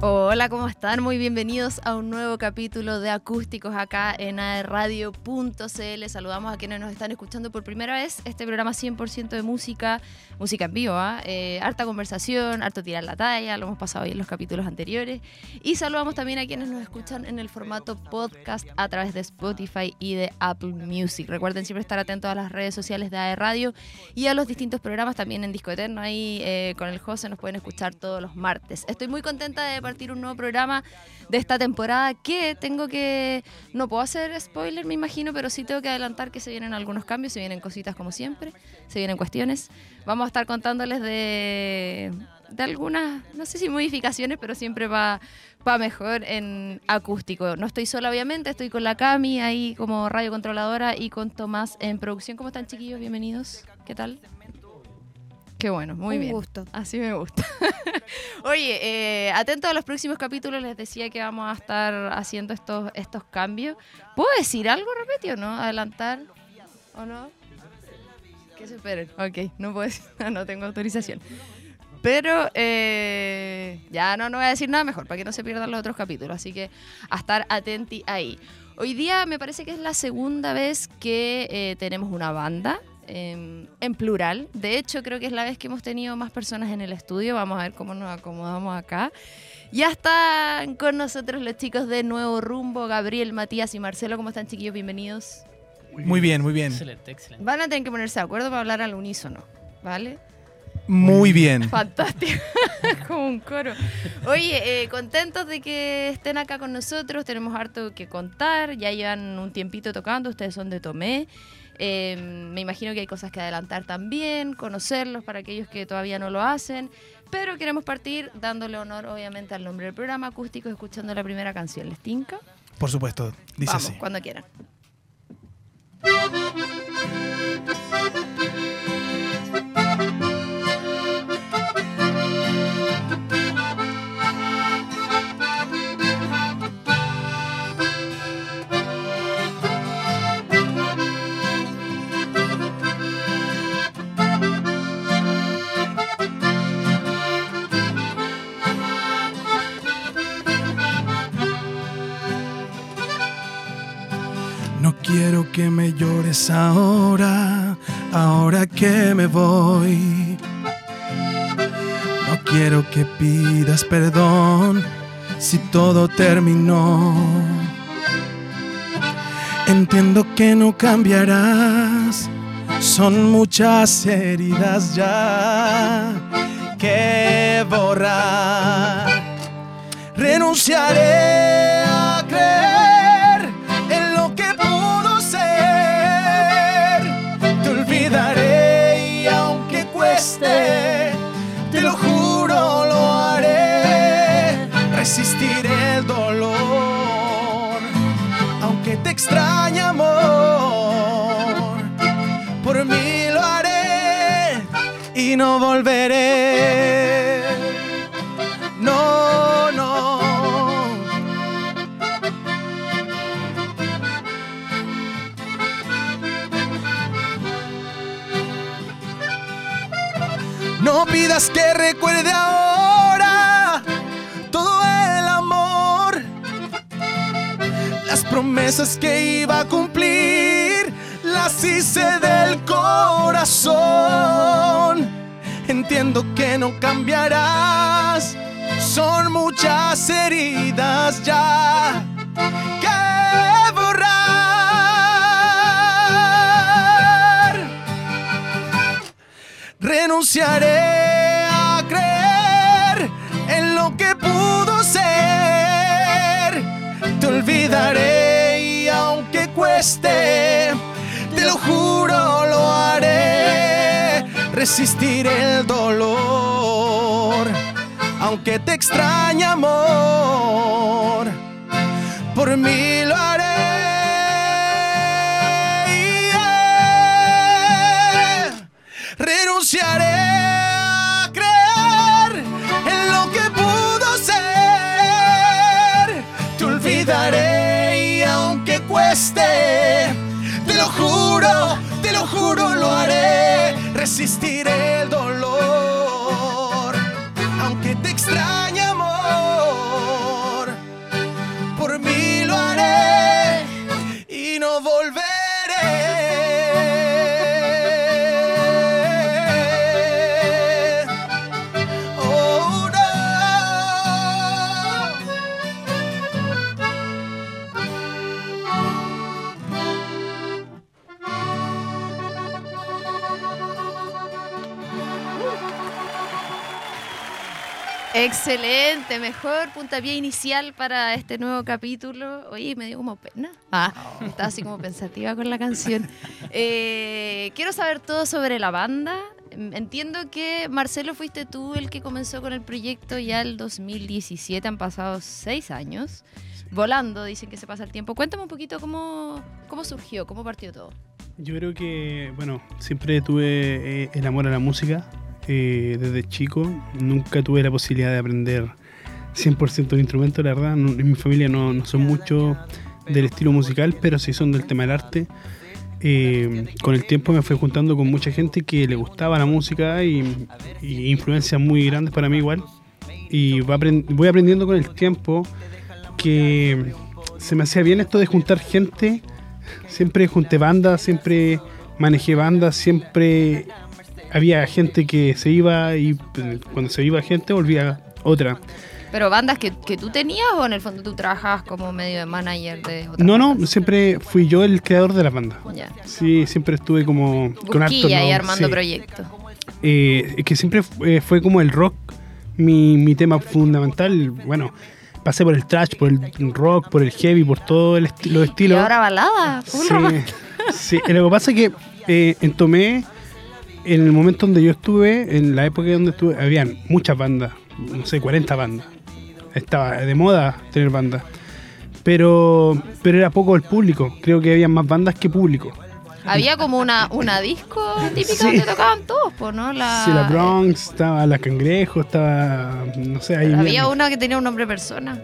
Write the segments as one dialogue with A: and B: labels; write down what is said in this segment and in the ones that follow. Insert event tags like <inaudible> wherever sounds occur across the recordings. A: Hola, ¿cómo están? Muy bienvenidos a un nuevo capítulo de Acústicos acá en aerradio.cl. Saludamos a quienes nos están escuchando por primera vez. Este programa 100% de música, música en vivo, ¿ah? Eh, harta conversación, harto tirar la talla, lo hemos pasado ahí en los capítulos anteriores. Y saludamos también a quienes nos escuchan en el formato podcast a través de Spotify y de Apple Music. Recuerden siempre estar atentos a las redes sociales de AE Radio y a los distintos programas también en Disco Eterno. Ahí eh, con el José nos pueden escuchar todos los martes. Estoy muy contenta de partir un nuevo programa de esta temporada que tengo que... No puedo hacer spoiler, me imagino, pero sí tengo que adelantar que se vienen algunos cambios, se vienen cositas como siempre, se vienen cuestiones. Vamos a estar contándoles de, de algunas, no sé si modificaciones, pero siempre va, va mejor en acústico. No estoy sola, obviamente, estoy con la Cami ahí como radio controladora y con Tomás en producción. ¿Cómo están, chiquillos? Bienvenidos. ¿Qué tal? Qué bueno, muy
B: Un
A: bien.
B: gusto.
A: Así me gusta. <laughs> Oye, eh, atento a los próximos capítulos, les decía que vamos a estar haciendo estos, estos cambios. ¿Puedo decir algo, repetí o no? ¿Adelantar o no? Que se esperen. Ok, no puedo decir, no tengo autorización. Pero eh, ya no, no voy a decir nada mejor para que no se pierdan los otros capítulos. Así que a estar atenti ahí. Hoy día me parece que es la segunda vez que eh, tenemos una banda eh, en plural. De hecho, creo que es la vez que hemos tenido más personas en el estudio. Vamos a ver cómo nos acomodamos acá. Ya están con nosotros los chicos de Nuevo Rumbo, Gabriel, Matías y Marcelo. ¿Cómo están, chiquillos? Bienvenidos.
C: Muy bien, muy bien.
D: Excelente, excelente.
A: Van a tener que ponerse de acuerdo para hablar al unísono, ¿vale?
C: Muy bien.
A: Fantástico, <laughs> como un coro. Oye, eh, contentos de que estén acá con nosotros, tenemos harto que contar, ya llevan un tiempito tocando, ustedes son de Tomé, Eh, me imagino que hay cosas que adelantar también, conocerlos para aquellos que todavía no lo hacen, pero queremos partir dándole honor obviamente al nombre del programa acústico, escuchando la primera canción, ¿les tinca?
C: Por supuesto, dice
A: Vamos,
C: así.
A: cuando quieran.
C: No quiero que me llores ahora, ahora que me voy. No quiero que pidas perdón si todo terminó. Entiendo que no cambiarás, son muchas heridas ya que borrar. Renunciaré a creer en lo que pudo ser. Te olvidaré y aunque cueste, te lo juro lo haré. Resistiré el dolor, aunque te extrañe amor. Por mí lo haré y no volveré. No, no. No pidas que recuerde ahora todo el amor. Las promesas que iba a cumplir las hice del corazón. Entiendo que no cambiarás. Son muchas heridas ya que borrar. Renunciaré a creer en lo que pudo ser. Te olvidaré y aunque cueste, te lo juro lo haré. Resistiré el dolor, aunque te extrañe amor. Por mí lo haré. Yeah. Renunciaré a creer en lo que pudo ser. Te olvidaré y aunque cueste, te lo juro, te lo juro, lo haré. Resistiré el dolor, aunque te extrañe amor. Oh,
A: Excelente, mejor puntapié inicial para este nuevo capítulo. Oye, me dio como pena. Ah, estaba así como pensativa con la canción. Eh, quiero saber todo sobre la banda. Entiendo que Marcelo fuiste tú el que comenzó con el proyecto ya el 2017, han pasado seis años. Volando, dicen que se pasa el tiempo. Cuéntame un poquito cómo, cómo surgió, cómo partió todo.
B: Yo creo que, bueno, siempre tuve eh, el amor a la música eh, desde chico. Nunca tuve la posibilidad de aprender 100% un instrumento, la verdad. No- en mi familia no, no son mucho del estilo musical, pero sí son del tema del arte. Eh, con el tiempo me fui juntando con mucha gente que le gustaba la música y, y influencias muy grandes para mí igual. Y va apren- voy aprendiendo con el tiempo que se me hacía bien esto de juntar gente. Siempre junté bandas, siempre manejé bandas, siempre había gente que se iba y pues, cuando se iba gente volvía otra.
A: ¿Pero bandas que, que tú tenías o en el fondo tú trabajabas como medio de manager de otras
B: No, no,
A: bandas?
B: siempre fui yo el creador de las bandas.
A: Ya.
B: Sí, siempre estuve como con hartos
A: Busquilla y
B: nombres,
A: armando
B: sí.
A: proyectos.
B: Eh, es que siempre eh, fue como el rock mi, mi tema fundamental. Bueno, pasé por el thrash, por el rock, por el heavy, por todos los
A: Y
B: estilos.
A: ahora balada, full
B: Sí,
A: romántico.
B: sí, lo que pasa es que eh, en Tomé, en el momento donde yo estuve, en la época donde estuve, habían muchas bandas, no sé, 40 bandas. Estaba de moda tener bandas. Pero, pero era poco el público, creo que había más bandas que público.
A: Había como una, una disco típica
B: Sí.
A: donde tocaban todos, pues, ¿no? La,
B: Sí, la Bronx, estaba la Cangrejo, estaba, no sé, ahí...
A: había una que tenía un nombre de persona.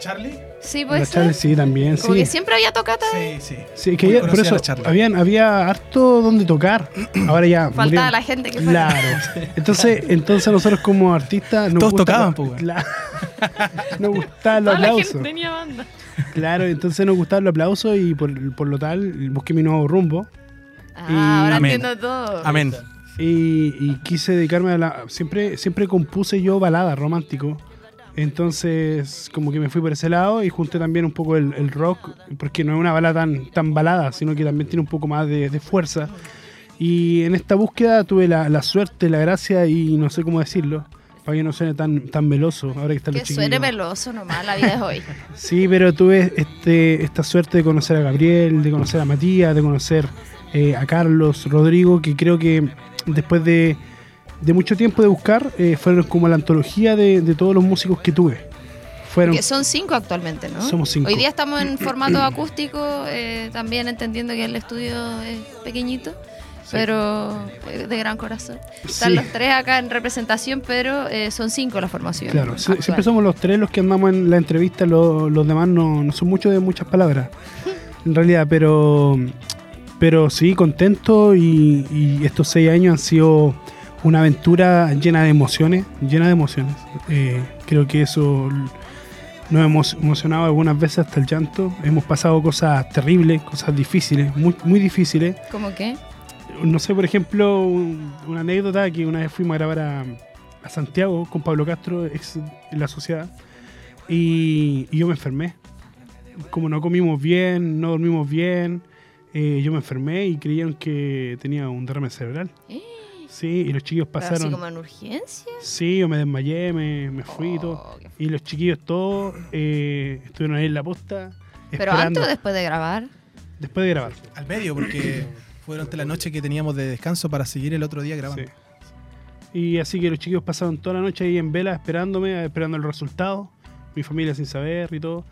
C: ¿Charlie?
A: Sí,
B: La
A: pues.
B: Charlie, sí, también,
A: Como
B: sí.
A: que siempre había tocata.
C: Sí, sí.
B: Sí, es que
C: Muy
B: había- por
C: conocida
B: eso
C: la Charlie.
B: habían, había harto donde tocar. Ahora ya...
A: Faltaba
B: murieron.
A: la gente que fuera.
B: Claro. Entonces, entonces nosotros como artistas nos
C: Todos
B: gusta-
C: tocaban, po, weón.
B: Claro. <laughs> Nos gustaban los
A: Toda la gente
B: aplausos.
A: tenía banda.
B: Claro, entonces nos gustaban los aplausos y por, por lo tal busqué mi nuevo rumbo.
A: Ah, ahora
C: Amén.
A: entiendo todo.
C: Amén.
B: Y, y quise dedicarme a la. Siempre, siempre compuse yo baladas romántico. Entonces, como que me fui por ese lado y junté también un poco el, el rock, porque no es una balada tan, tan balada, sino que también tiene un poco más de, de fuerza. Y en esta búsqueda tuve la, la suerte, la gracia y no sé cómo decirlo, para que no suene tan, tan veloso, ahora que están los
A: Que suene
B: chiquillos.
A: meloso nomás, la vida es hoy.
B: Sí, pero tuve este, esta suerte de conocer a Gabriel, de conocer a Matías, de conocer eh, a Carlos, Rodrigo, que creo que después de, de mucho tiempo de buscar, eh, fueron como la antología de, de todos los músicos que tuve. Fueron,
A: Que son cinco actualmente, ¿no?
B: Somos cinco.
A: Hoy día estamos en formato acústico, eh, también entendiendo que el estudio es pequeñito, pero eh, de gran corazón. Están
B: Sí.
A: los tres acá en representación, pero eh, son cinco la formación.
B: claro, si-
A: actual.
B: siempre somos los tres los que andamos en la entrevista, lo- los demás no, no son muchos de muchas palabras, en realidad, pero, pero sí, contento y, y estos seis años han sido una aventura llena de emociones, llena de emociones. Eh, creo que eso l- nos hemos emocionado algunas veces hasta el llanto. Hemos pasado cosas terribles, cosas difíciles, muy, muy difíciles.
A: ¿Cómo qué?
B: No sé, por ejemplo, un- una anécdota que una vez fuimos a grabar a, a Santiago con Pablo Castro, ex en la sociedad, y, y yo me enfermé. Como no comimos bien, no dormimos bien, eh, yo me enfermé y creían que tenía un derrame cerebral.
A: Eh,
B: Sí, y los chiquillos
A: pero ¿Así
B: pasaron.
A: como en urgencia?
B: Sí, yo me desmayé, me, me fui y todo.
A: Oh, qué f-
B: Y los chiquillos todos eh, estuvieron ahí en la posta.
A: ¿Pero
B: esperando,
A: antes o después de grabar?
B: después de grabar.
C: Al medio, porque fue durante la noche que teníamos de descanso para seguir el otro día grabando.
B: Sí. Y así que los chicos pasaron toda la noche ahí en vela esperándome, esperando el resultado, mi familia sin saber y todo.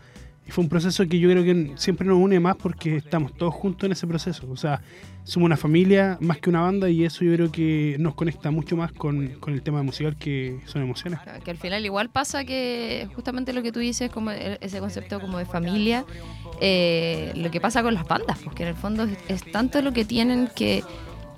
B: Y fue un proceso que yo creo que siempre nos une más porque estamos todos juntos en ese proceso. O sea, somos una familia más que una banda y eso yo creo que nos conecta mucho más con, con el tema musical que son emociones.
A: Claro, <laughs> Que al final igual pasa que justamente lo que tú dices, como e- ese concepto como de familia, eh, lo que pasa con las bandas, porque en el fondo es, es tanto lo que tienen que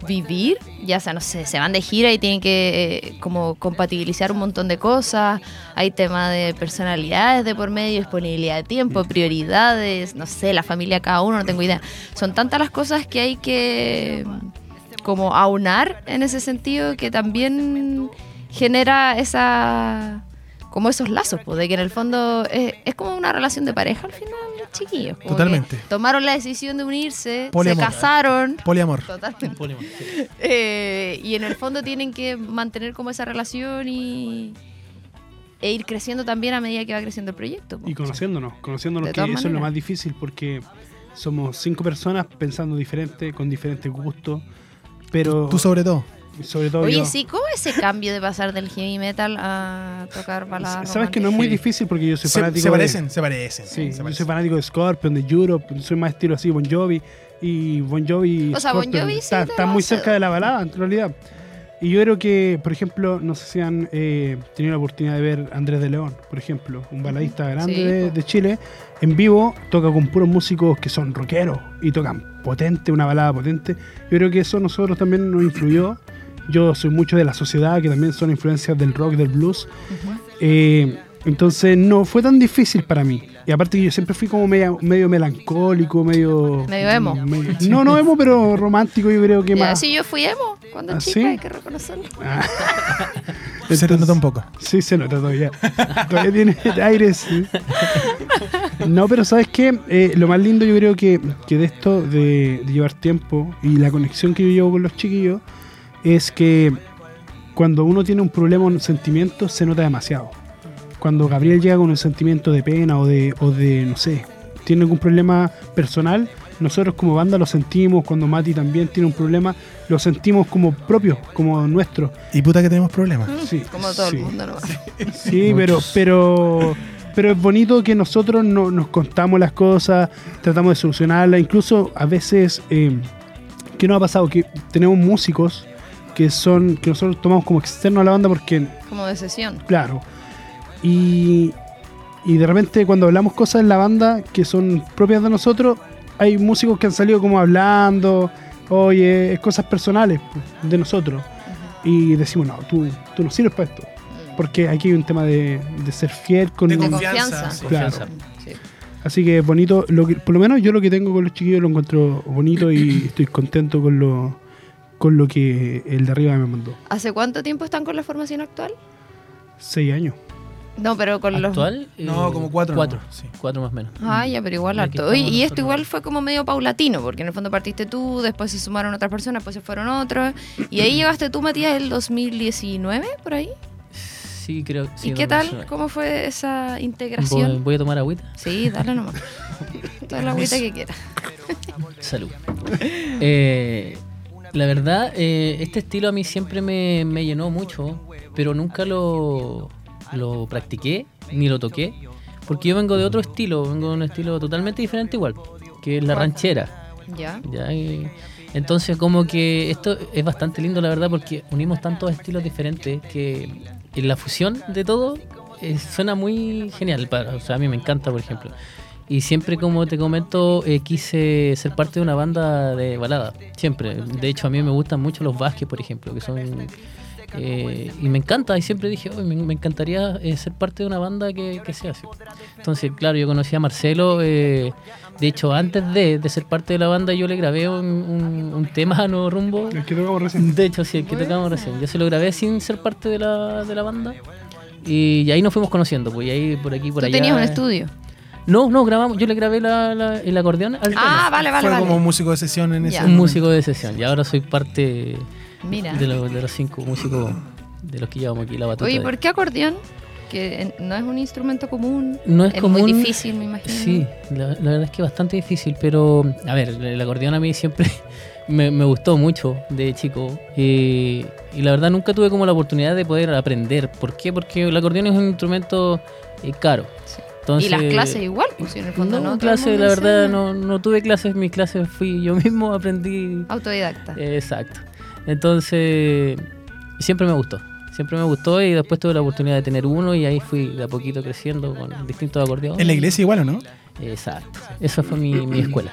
A: vivir, ya sea, no sé, se van de gira y tienen que eh, como compatibilizar un montón de cosas, hay tema de personalidades de por medio, disponibilidad de tiempo, prioridades, no sé, la familia cada uno, no tengo idea. Son tantas las cosas que hay que mm, como aunar en ese sentido que también genera esa como esos lazos, pues, de que en el fondo es, es como una relación de pareja al final, los chiquillos. como que
C: Totalmente.
A: Tomaron la decisión de unirse,
C: Poliamor.
A: se casaron.
C: Poliamor.
A: Totalmente. Eh, y en el fondo tienen que mantener como esa relación y, e ir creciendo también a medida que va creciendo el proyecto. po.
B: Y conociéndonos, conociéndonos,
A: De
B: que eso
A: todas
B: es lo
A: maneras.
B: más difícil porque somos cinco personas pensando diferente, con diferentes gustos, pero
C: Tú sobre todo.
B: sobre todo
A: Oye,
B: yo-
A: sí, ¿cómo es ese cambio de pasar del heavy metal a tocar baladas?
B: Sabes que no es muy difícil porque yo soy
C: Se,
B: fanático
C: se
B: de-
C: parecen, se parecen.
B: Sí,
C: se
B: yo soy
C: parecen.
B: fanático de Scorpion, de Europe, soy más estilo así, Bon Jovi. Y Bon Jovi. y
A: O sea, Bon
B: Scorpion
A: Jovi sí
B: está,
A: te
B: está
A: lo
B: muy
A: hace.
B: cerca de la balada, en realidad. Y yo creo que, por ejemplo, no sé si han eh, tenido la oportunidad de ver a Andrés de León, por ejemplo, un baladista grande
A: Sí,
B: de,
A: po.
B: de Chile. En vivo toca con puros músicos que son rockeros y tocan potente, una balada potente. Yo creo que eso a nosotros también nos influyó. Yo soy mucho de la sociedad, que también son influencias del rock, del blues. Eh, entonces no fue tan difícil para mí. Y aparte que yo siempre fui como media- medio melancólico, medio...
A: Medio emo.
B: medio- no, no emo, pero romántico yo creo que
A: Ya,
B: más.
A: sí, yo fui emo cuando
B: ¿Ah,
A: chica,
B: sí?
A: hay que reconocerlo.
B: Entonces-
C: Se te nota un poco.
B: Sí, se nota todavía. todavía tiene <laughs> aire, sí. No, pero ¿sabes qué? Eh, lo más lindo yo creo que, que de esto, de, de llevar tiempo y la conexión que yo llevo con los chiquillos, es que cuando uno tiene un problema o un sentimiento, se nota demasiado. Cuando Gabriel llega con un sentimiento de pena o de, o de no sé, tiene algún problema personal, nosotros como banda lo sentimos. Cuando Mati también tiene un problema, lo sentimos como propio, como nuestro.
C: Y puta que tenemos problemas.
B: Sí,
A: Como todo
B: sí.
A: el mundo, ¿no?
B: Sí, pero, pero, pero es bonito que nosotros no, nos contamos las cosas, tratamos de solucionarlas. Incluso a veces, eh, ¿qué nos ha pasado? Que tenemos músicos que son que nosotros tomamos como externo a la banda porque,
A: Como de sesión.
B: claro, y, y de repente cuando hablamos cosas en la banda que son propias de nosotros, hay músicos que han salido como hablando, oye, es cosas personales pues, de nosotros. Y decimos, no, tú, tú no sirves para esto.
A: Mm.
B: Porque aquí hay un tema de, de ser fiel con...
C: De
A: De
C: confianza,
A: confianza.
C: sí.
B: Claro.
A: Sí.
B: Así que es bonito, lo que, por lo menos yo lo que tengo con los chiquillos lo encuentro
C: <clears throat>
B: bonito y estoy contento con lo, con lo que el de arriba me mandó.
A: ¿Hace cuánto tiempo están con la formación actual?
B: Seis años.
A: No, pero con los
D: ¿Actual?
C: No,
D: Eh,
C: como cuatro
D: Cuatro,
C: nomás, sí.
D: cuatro más o menos.
A: Ah, ya, pero igual
D: Ya que
A: harto. Oye,
D: estamos
A: y esto
D: nosotros-
A: igual fue como medio paulatino, porque en el fondo partiste tú, después se sumaron otras personas, después se fueron otros. Y ahí llegaste tú, Matías, el 2019, por ahí.
D: Sí, creo. sí,
A: ¿Y
D: dos
A: qué tal?
D: personas.
A: ¿Cómo fue esa
D: Voy,
A: integración?
D: voy a tomar agüita.
A: Sí, dale
D: <laughs>
A: nomás. Toda la agüita que quieras. <laughs>
D: Salud. Eh, la verdad, eh, este estilo a mí siempre me, me llenó mucho, pero nunca lo, lo practiqué ni lo toqué, porque yo vengo de otro estilo, vengo de un estilo totalmente diferente igual, que es la
A: ¿Cuál?
D: ranchera.
A: Ya.
D: ¿ya? Y entonces como que esto es bastante lindo, la verdad, porque unimos tantos estilos diferentes que en la fusión de todo eh, suena muy genial, para, o sea, a mí me encanta, por ejemplo. Y siempre, como te comento, eh, quise ser parte de una banda de balada. Siempre. De hecho, a mí me gustan mucho los Vázquez, por ejemplo, que son. eh, y me encanta, y siempre dije, "Oh, me, me encantaría eh, ser parte de una banda que, que sea así. Entonces, claro, yo conocí a Marcelo. eh, de hecho, antes de, de ser parte de la banda, yo le grabé un, un- un tema a Nuevo Rumbo.
B: El que tocamos recién.
D: De hecho, sí, el que tocamos recién. Yo se lo grabé sin ser parte de la, de la banda. Y, y ahí nos fuimos conociendo, pues, y ahí por aquí, por
A: Tú
D: allá. eh.
A: tenías un estudio.
D: No, no, grabamos, yo le grabé la, la- el acordeón al
A: Ah,
D: tema.
A: vale, vale,
C: Fue como un
A: vale.
C: músico de sesión en ese
A: Ya.
D: un
C: momento.
D: músico de sesión. Y ahora soy parte
A: Mira.
D: de, lo- de los cinco músicos de los que llevamos aquí la batuta.
A: Oye,
D: de-
A: ¿por qué acordeón? Que eh, no es un instrumento común.
D: No es
A: muy
D: común.
A: difícil, me imagino.
D: Sí, la, la verdad es que bastante difícil, pero a ver, el acordeón a mí siempre <laughs> me, me gustó mucho de chico y, y la verdad nunca tuve como la oportunidad de poder aprender. ¿Por qué? Porque el acordeón es un instrumento eh, caro.
A: Sí. y
D: Entonces,
A: las clases igual, pues si en el fondo
D: No,
A: no. todo el
D: clases,
A: mundo
D: la verdad,
A: enseña.
D: no, no tuve clases, mis clases fui yo mismo, <laughs> aprendí
A: Autodidacta.
D: Exacto. Entonces, siempre me gustó. Siempre me gustó y después tuve la oportunidad de tener uno y ahí fui de a poquito creciendo con distintos acordeones.
C: En la iglesia igual, ¿o no?
D: Exacto. Esa fue mi, mi escuela.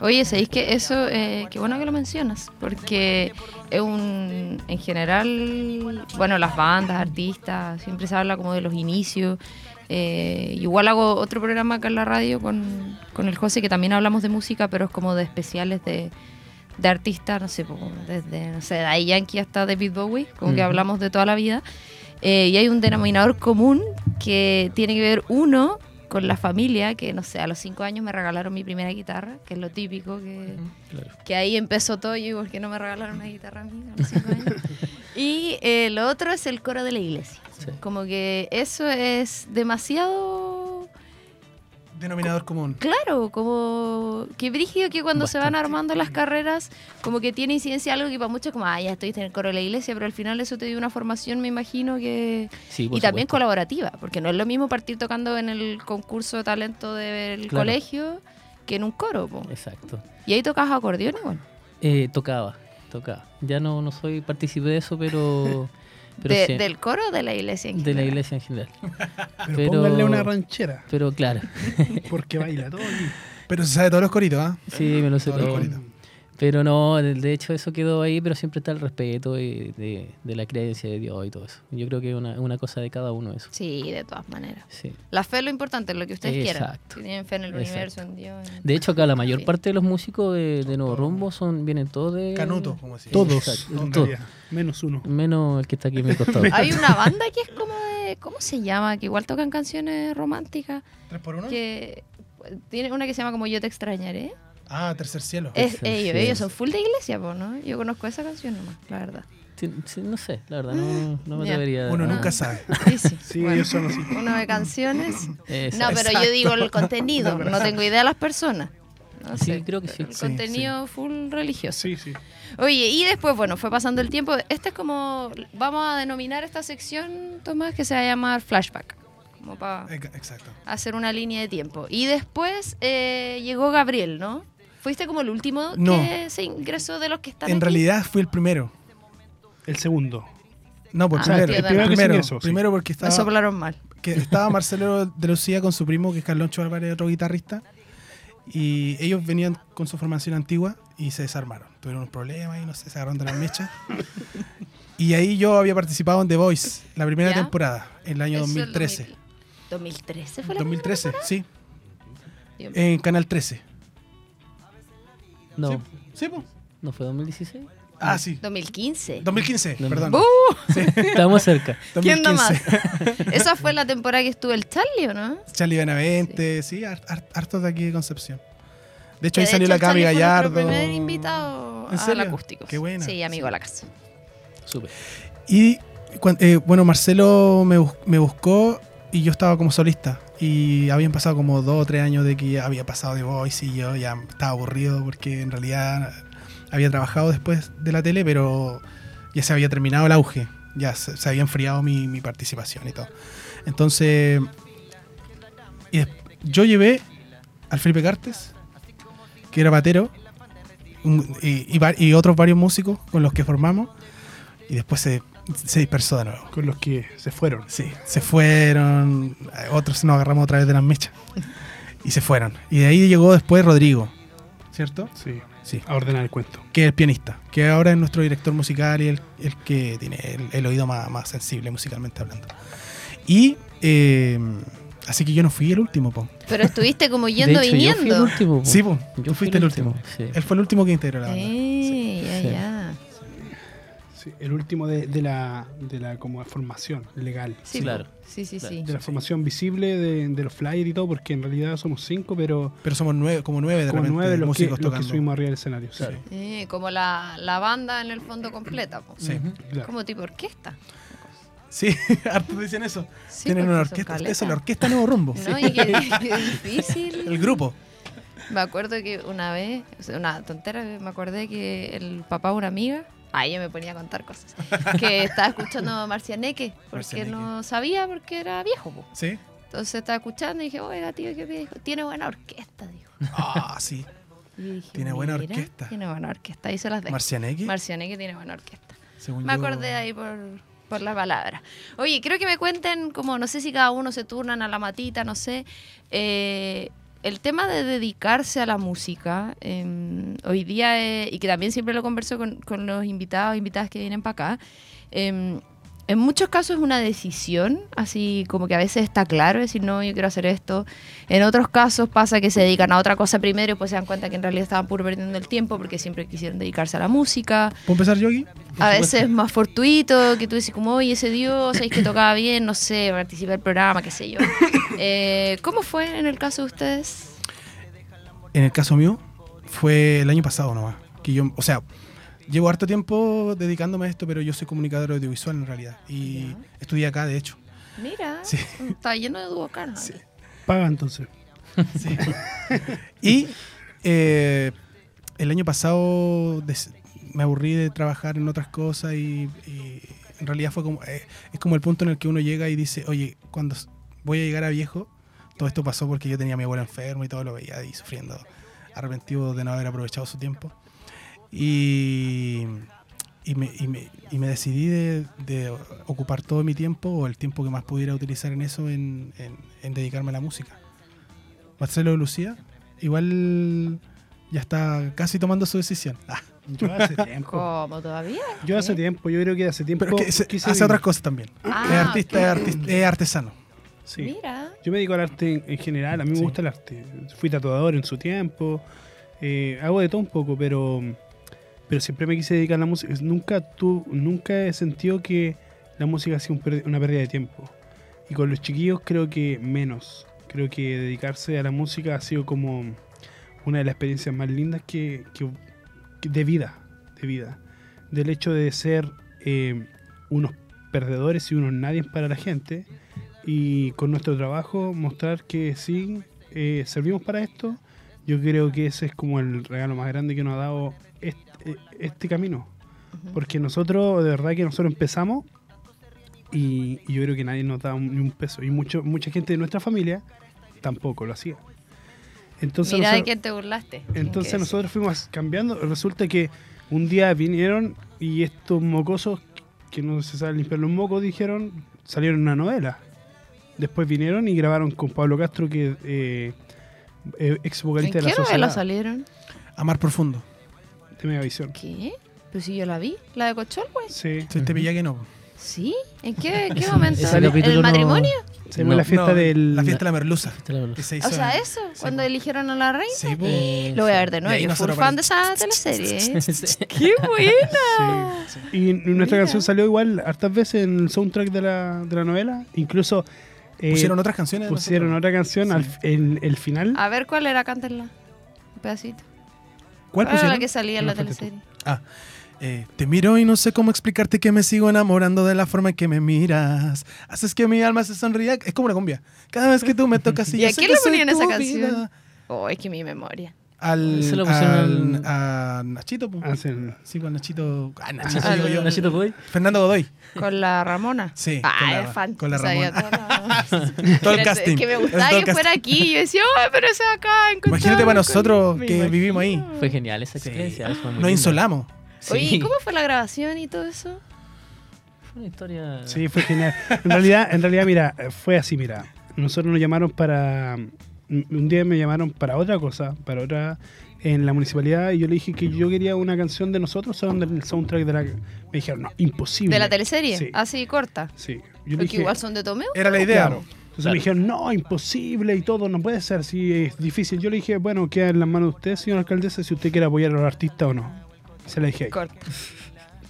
A: Oye, ¿sabéis que eso, eh, qué bueno que lo mencionas? Porque es un, en general, bueno, las bandas, artistas, siempre se habla como de los inicios. Eh, igual hago otro programa acá en la radio con, con el José, que también hablamos de música, pero es como de especiales de, de artistas, no sé, como desde, no sé, Daddy Yankee hasta David Bowie, como que
D: Ujú.
A: hablamos de toda la vida. Eh, y hay un denominador común que tiene que ver uno con la familia, que no sé, a los cinco años me regalaron mi primera guitarra, que es lo típico, que, que ahí empezó todo yo,
D: <laughs>
A: ¿por qué no me regalaron una guitarra a mí a los cinco años? y eh, lo otro es el coro de la iglesia.
D: Sí.
A: Como que eso es demasiado.
C: Denominador común.
A: Claro, como que brígido que cuando se van
D: Bastante.
A: armando las carreras, como que tiene incidencia algo que para muchos, como, ah, ya estoy en el coro de la iglesia, pero al final eso te dio una formación, me imagino que.
D: Sí, por
A: Y también
D: supuesto.
A: colaborativa, porque no es lo mismo partir tocando en el concurso de talento del
D: Claro.
A: colegio que en un coro. po.
D: Exacto.
A: Y ahí tocas acordeón igual.
D: Eh, tocaba, tocaba. Ya no, no soy partícipe de
A: <laughs>
D: eso, pero. pero
A: De-
D: sí,
A: ¿Del coro o de la iglesia? en
D: de la
A: general?
D: iglesia en general.
B: Pero,
D: Pero-
B: pónganle una ranchera,
D: Pero claro,
B: porque baila todo aquí.
C: <laughs> Pero se sabe todos los coritos, ¿ah?
D: sí, me lo sé
C: Todo lo
D: todo.
C: bonito.
D: Pero no, de- de hecho eso quedó ahí, pero siempre está el respeto y de, de la creencia de Dios y todo eso. Yo creo que es una, una cosa de cada uno eso.
A: Sí, de todas maneras.
D: Sí.
A: La fe es lo importante, es lo que ustedes quieran.
D: Exacto.
A: Si tienen fe en el
D: Exacto.
A: universo, en Dios. en-
D: De hecho acá la mayor
A: Sí.
D: parte de los músicos de, de Nuevo Rumbo son vienen todos de...
C: Canutos, como así.
B: Todos,
D: Exacto.
B: en
D: Todos.
B: realidad, menos uno.
D: Menos el que está aquí a mi costado.
A: <laughs>
D: <laughs>
A: Hay una banda que es como de. ¿Cómo se llama? Que igual tocan canciones románticas.
C: ¿Tres por uno?
A: Que. pues, Tiene una que se llama como Yo te extrañaré.
C: Ah, Tercer Cielo.
A: Es
D: Esa,
A: ellos,
D: sí.
A: ellos son full de iglesia, po, ¿no? Yo conozco esa canción nomás, la verdad.
D: Sí, sí, no sé, la verdad, no, no me
A: Mm, Ya.
D: atrevería.
C: Uno
D: a-
C: nunca sabe.
A: Sí, sí.
B: Sí,
A: Bueno,
B: ellos son así.
A: Uno de canciones.
D: Eso.
A: No, pero yo digo el contenido, no tengo idea de las personas. No
D: Sí,
A: sé,
D: creo que sí.
A: El
D: Sí,
A: contenido full religioso.
B: Sí, sí.
A: Oye, y después, bueno, fue pasando el tiempo. Esta es como, vamos a denominar esta sección, Tomás, que se va a llamar flashback. Como para
C: Eca- Exacto.
A: hacer una línea de tiempo. Y después eh, llegó Gabriel, ¿no? Fuiste como el último
C: No.
A: que se ingresó de los que están
C: En
A: aquí.
C: realidad fui el primero.
B: el segundo.
C: No, por
A: Ah,
C: primero.
A: el
C: El
A: primero
C: primero,
B: que se
C: primero,
B: ingresó, sí.
C: porque
A: Me
C: estaba,
A: soplaron mal.
C: que estaba Marcelo de Lucía con su primo, que es Carloncho Álvarez, otro guitarrista. Y ellos venían con su formación antigua y se desarmaron. Tuvieron unos problemas y no sé, se agarraron de las
A: <laughs>
C: mechas. Y ahí yo había participado en The Voice, la primera
A: ¿Ya?
C: temporada, en el año
A: Eso es
C: 2013.
A: 2000. ¿2013 fue la
C: 2013, sí,
A: primera? Dios mío.
C: en Canal 13.
D: No,
C: Sí, sí, po.
D: no fue <laughs> 2016.
C: Ah, sí.
A: 2015.
C: 2015,
D: No.
C: perdón.
A: ¡Bú!
D: Estábamos cerca.
A: Uh, ¿Quién da
C: 2015.
A: más?
C: <laughs>
A: Esa fue la temporada que estuvo el Charlie, ¿o no?
C: Charlie Benavente, sí, har- har- hartos de aquí de Concepción. De hecho,
A: Que
C: ahí
A: de
C: salió
A: hecho
C: la
A: el
C: Cami
A: Charlie fue
C: Gallardo.
A: Nuestro primer invitado
C: ¿En
A: al
C: serio?
A: acústico.
C: Qué buena.
A: Sí, amigo a la casa.
D: Súper.
C: Y cuan- eh, bueno, Marcelo me, bus- me buscó y yo estaba como solista. Y habían pasado como dos o tres años de que ya había pasado de voice y yo ya estaba aburrido porque en realidad había trabajado después de la tele, pero ya se había terminado el auge. Ya se, se había enfriado mi, mi participación y todo. Entonces, y des- yo llevé al Felipe Cartes, que era batero, un- y- y va- y otros varios músicos con los que formamos. Y después se, se dispersó de nuevo.
B: Con los que se fueron.
C: Sí, se fueron, eh, otros nos agarramos otra vez de las mechas. Y se fueron. Y de ahí llegó después Rodrigo, ¿cierto?
B: Sí.
C: Sí.
B: A ordenar el cuento.
C: Que es el pianista, que ahora es nuestro director musical y el, el que tiene el, el oído más, más sensible musicalmente hablando. Y eh, así que yo no fui el último, po.
A: Pero estuviste como
D: De
A: yendo
D: hecho, yo fui el
A: viniendo.
D: último. po.
C: Sí, po,
D: Yo
C: tú fuiste el último.
D: Sí.
C: Él fue el último que integró la banda.
A: Eh, ya,
D: Sí.
A: ya.
B: Sí, el último de, de la, de la como formación legal.
A: Sí,
D: claro.
A: Sí, sí, sí.
B: De la formación visible, de, de los flyers y todo, porque en realidad somos cinco, pero
C: Pero somos nueve, como nueve de
B: como
C: repente
B: nueve los que,
C: músicos
B: los que
C: tocando.
B: subimos arriba del escenario. sí.
D: Claro.
A: Eh, como la, la banda en el fondo completa. po.
C: Sí,
D: Ujú.
B: Claro.
A: Como tipo orquesta.
C: sí, <laughs> hartos dicen eso.
A: Sí,
C: Tienen
A: porque
C: una
A: son
C: orquesta.
A: caleta.
C: Eso, la orquesta Nuevo Rumbo.
A: No, y qué,
C: <laughs>
A: qué difícil.
C: El grupo.
A: Me acuerdo que una vez, o sea, una tontera, me acordé que el papá de una amiga, ahí yo me ponía a contar
C: <laughs>
A: cosas, que estaba escuchando a Marcianeque, porque
C: Marcianeque.
A: no sabía, porque era viejo. po. <laughs>
C: Sí.
A: Entonces estaba escuchando y dije, oiga, tío, ¿qué me dijo? Tiene buena orquesta, dijo.
C: Ah, sí.
A: Y yo dije,
C: Tiene buena
A: "Mira,
C: orquesta".
A: Tiene buena orquesta, ahí se las dejo.
C: Marcianeque.
A: Marcianeque tiene buena orquesta.
C: según
A: Me
C: yo-
A: acordé ahí por, por la palabra. Oye, creo que me cuenten, como no sé si cada uno se turnan a la matita, no sé. eh, el tema de dedicarse a la música, eh, hoy día, eh, y que también siempre lo converso con, con los invitados, e invitadas que vienen para acá, eh, en muchos casos es una decisión, así como que a veces está claro decir, no, yo quiero hacer esto. En otros casos pasa que se dedican a otra cosa primero y pues se dan cuenta que en realidad estaban puro perdiendo el tiempo porque siempre quisieron dedicarse a la música.
C: ¿Puedo empezar yo aquí?
A: A veces es más fortuito, que tú dices como, oye, ese dios, sabéis que tocaba bien, no sé, participé del programa, qué sé yo. Eh, ¿Cómo fue en el caso de ustedes?
C: En el caso mío, fue el año pasado nomás. Que yo, o sea, Llevo harto tiempo dedicándome a esto, pero yo soy comunicador audiovisual en realidad. Y
A: Ya.
C: estudié acá, de hecho.
A: Mira,
C: Sí.
A: está lleno de Duo Carnaval.
C: Sí.
B: Paga entonces.
C: Y eh, el año pasado des- me aburrí de trabajar en otras cosas y, y en realidad fue como, eh, es como el punto en el que uno llega y dice, oye, cuando s- voy a llegar a viejo, todo esto pasó porque yo tenía a mi abuela enferma y todo lo veía ahí sufriendo, arrepentido de no haber aprovechado su tiempo. Y, y, me, y me- y me decidí de, de ocupar todo mi tiempo o el tiempo que más pudiera utilizar en eso en, en- en dedicarme a la música. Marcelo Lucía, igual ya está casi tomando su decisión. Ah,
B: Yo hace tiempo.
A: ¿Cómo todavía?
B: Yo hace tiempo, yo creo que hace tiempo.
C: pero es que se-
B: quise
C: hace otras
B: vivir.
C: cosas también.
A: Ah,
C: es artista,
A: ok.
C: es, artis- es artesano.
B: Sí.
A: Mira.
B: Yo me dedico al arte en, en general, a mí me
C: Sí.
B: gusta el arte. Fui tatuador en su tiempo, eh, hago de todo un poco, pero, pero siempre me quise dedicar a la música. Es- Nunca, tu, nunca he sentido que la música ha sido un per- una pérdida de tiempo. Y con los chiquillos creo que menos. Creo que dedicarse a la música ha sido como una de las experiencias más lindas que, que- que- de vida, de vida. Del hecho de ser eh, unos perdedores y unos nadie para la gente y con nuestro trabajo mostrar que sí, eh, servimos para esto, yo creo que ese es como el regalo más grande que nos ha dado este, este camino.
A: Ujú.
B: Porque nosotros, de verdad que nosotros empezamos y, y yo creo que nadie nos daba un- ni un peso. Y mucho, mucha gente de nuestra familia tampoco lo hacía. Entonces,
A: Mira de
B: nosotros-
A: quién te burlaste.
B: entonces
A: Tienes que
B: nosotros fuimos cambiando. Resulta que un día vinieron y estos mocosos que no se saben limpiar los mocos dijeron, salieron una novela. Después vinieron y grabaron con Pablo Castro, que eh, eh, ex
A: decir.
B: vocalista de
A: ¿En
B: la
A: qué novela
B: sociedad
A: salieron?
C: Amar profundo.
B: de Megavisión.
A: ¿Qué? Pues si yo la vi, la de Cochol, güey.
B: Sí,
C: Si te pilla este que no.
A: ¿Sí? ¿En qué, qué momento?
D: ese
A: ¿En
D: capítulo
A: el
D: no-
A: matrimonio?
B: se llama la fiesta
C: No,
B: del...
C: La fiesta de la merluza.
D: Te la valoro.
C: que se
A: O
C: hizo
A: sea,
C: en-
A: eso,
C: sí,
A: cuando
C: po.
A: eligieron a la reina.
C: Sí, po.
B: Eh,
A: <laughs> Lo voy a ver de nuevo.
C: Y ahí
A: Yo fui
C: nosotros
A: fan
C: aparece-
A: de esa teleserie. ¿eh?
D: Eh, <laughs> Sí.
C: <laughs>
A: ¡Qué buena!
B: Sí. Y n- nuestra
A: Mira.
B: canción salió igual hartas veces en el soundtrack de la, de la novela. Incluso eh,
C: Pusieron otras canciones. de
B: pusieron
C: nosotros.
B: otra canción al, en el final.
A: A ver cuál era, cántenla. Un pedacito.
C: ¿Cuál
A: era Ah, la
C: pusieron?
A: que salía en
B: No,
A: la
B: falta tú.
A: teleserie?
C: Ah, eh, te miro y no sé cómo explicarte que me sigo enamorando de la forma en que me miras. Haces que mi alma se sonría. Es como una cumbia. Cada vez que tú me tocas y,
A: ¿Y
C: yo
A: a
C: sé
A: quién
C: que
A: le
C: soy
A: ponían esa
C: tu
A: canción?
C: vida.
A: Oh, es que mi memoria.
C: Al,
D: Se lo pusieron
C: al- a Nachito. po.
B: Hacen-
C: Sí, con Nachito. Ah, Nachito,
A: Ah,
C: digo yo.
D: Nachito Puey.
C: Fernando Godoy.
A: Con la Ramona.
C: Sí, con
A: Ah,
C: la-
A: es fan.
C: con la
A: Sabía
C: Ramona.
A: todo lo-
C: <laughs> Todo el
A: Pero es-
C: casting.
A: Es que me
C: Es
A: gustaba
C: todo
A: que
C: el casting.
A: fuera aquí. Yo decía, oh, pero ese acá. en Conchalco".
C: Imagínate para nosotros
A: Me
C: que
A: imagino.
C: vivimos ahí.
D: Fue genial esa
C: Sí.
D: experiencia. eso fue muy
C: Nos
D: lindo.
C: insolamos.
A: Oye,
D: Sí.
A: ¿y ¿cómo fue la grabación y todo eso?
D: Fue una historia.
B: Sí, fue genial. En realidad, en realidad, mira, fue así, mira. Nosotros nos llamaron para. mm, Un día me llamaron para otra cosa, para otra. En la municipalidad, y yo le dije que yo quería una canción de nosotros, solo del soundtrack de la. Me dijeron, no, imposible.
A: ¿De la teleserie?
B: Sí.
A: Así, corta.
B: Sí. Yo le
A: Porque
B: dije,
A: igual son de Tomeo.
C: Era la idea.
B: Claro. Entonces
D: Claro.
B: me dijeron, no, imposible y todo, no puede ser, si es difícil. Yo le dije, bueno, queda en las manos de usted, señor alcaldesa, si usted quiere apoyar a los artistas o no. Se la dije.
A: <laughs>
B: ahí.
A: Corta.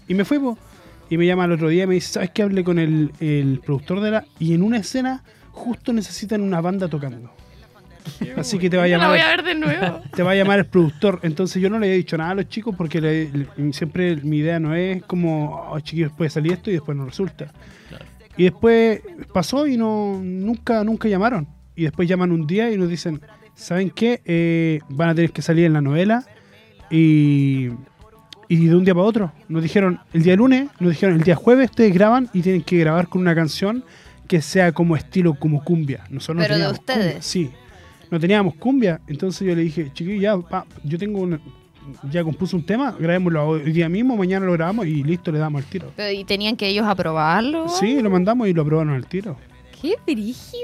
B: Y me fui, po. Y me llama al otro día y me dice, ¿sabes qué? Hablé con el, el productor de la... Y en una escena justo necesitan una banda tocando. Así que te va a
A: Yo la
B: llamar...
A: voy a ver de
C: <laughs>
A: nuevo.
B: Te va a llamar el productor. Entonces yo no le había dicho nada a los chicos porque le- le- siempre mi idea no es como, oh, chiquillos, puede salir esto y después no resulta. Y después pasó y no nunca, nunca llamaron. Y después llaman un día y nos dicen, ¿saben qué? Eh, van a tener que salir en la novela y, y de un día para otro. Nos dijeron el día lunes, nos dijeron el día jueves ustedes graban y tienen que grabar con una canción que sea como estilo como cumbia. Nosotros no
A: Pero de
B: teníamos cumbia.
A: ustedes.
B: sí. No teníamos cumbia, entonces yo le dije, chiquillo, ya, pa, yo tengo una- ya compuso un tema, grabémoslo hoy día mismo, mañana lo grabamos y listo, le damos el tiro.
A: Pero, ¿Y tenían que ellos aprobarlo?
B: Sí, lo mandamos y lo aprobaron al tiro.
A: ¡Qué brígido!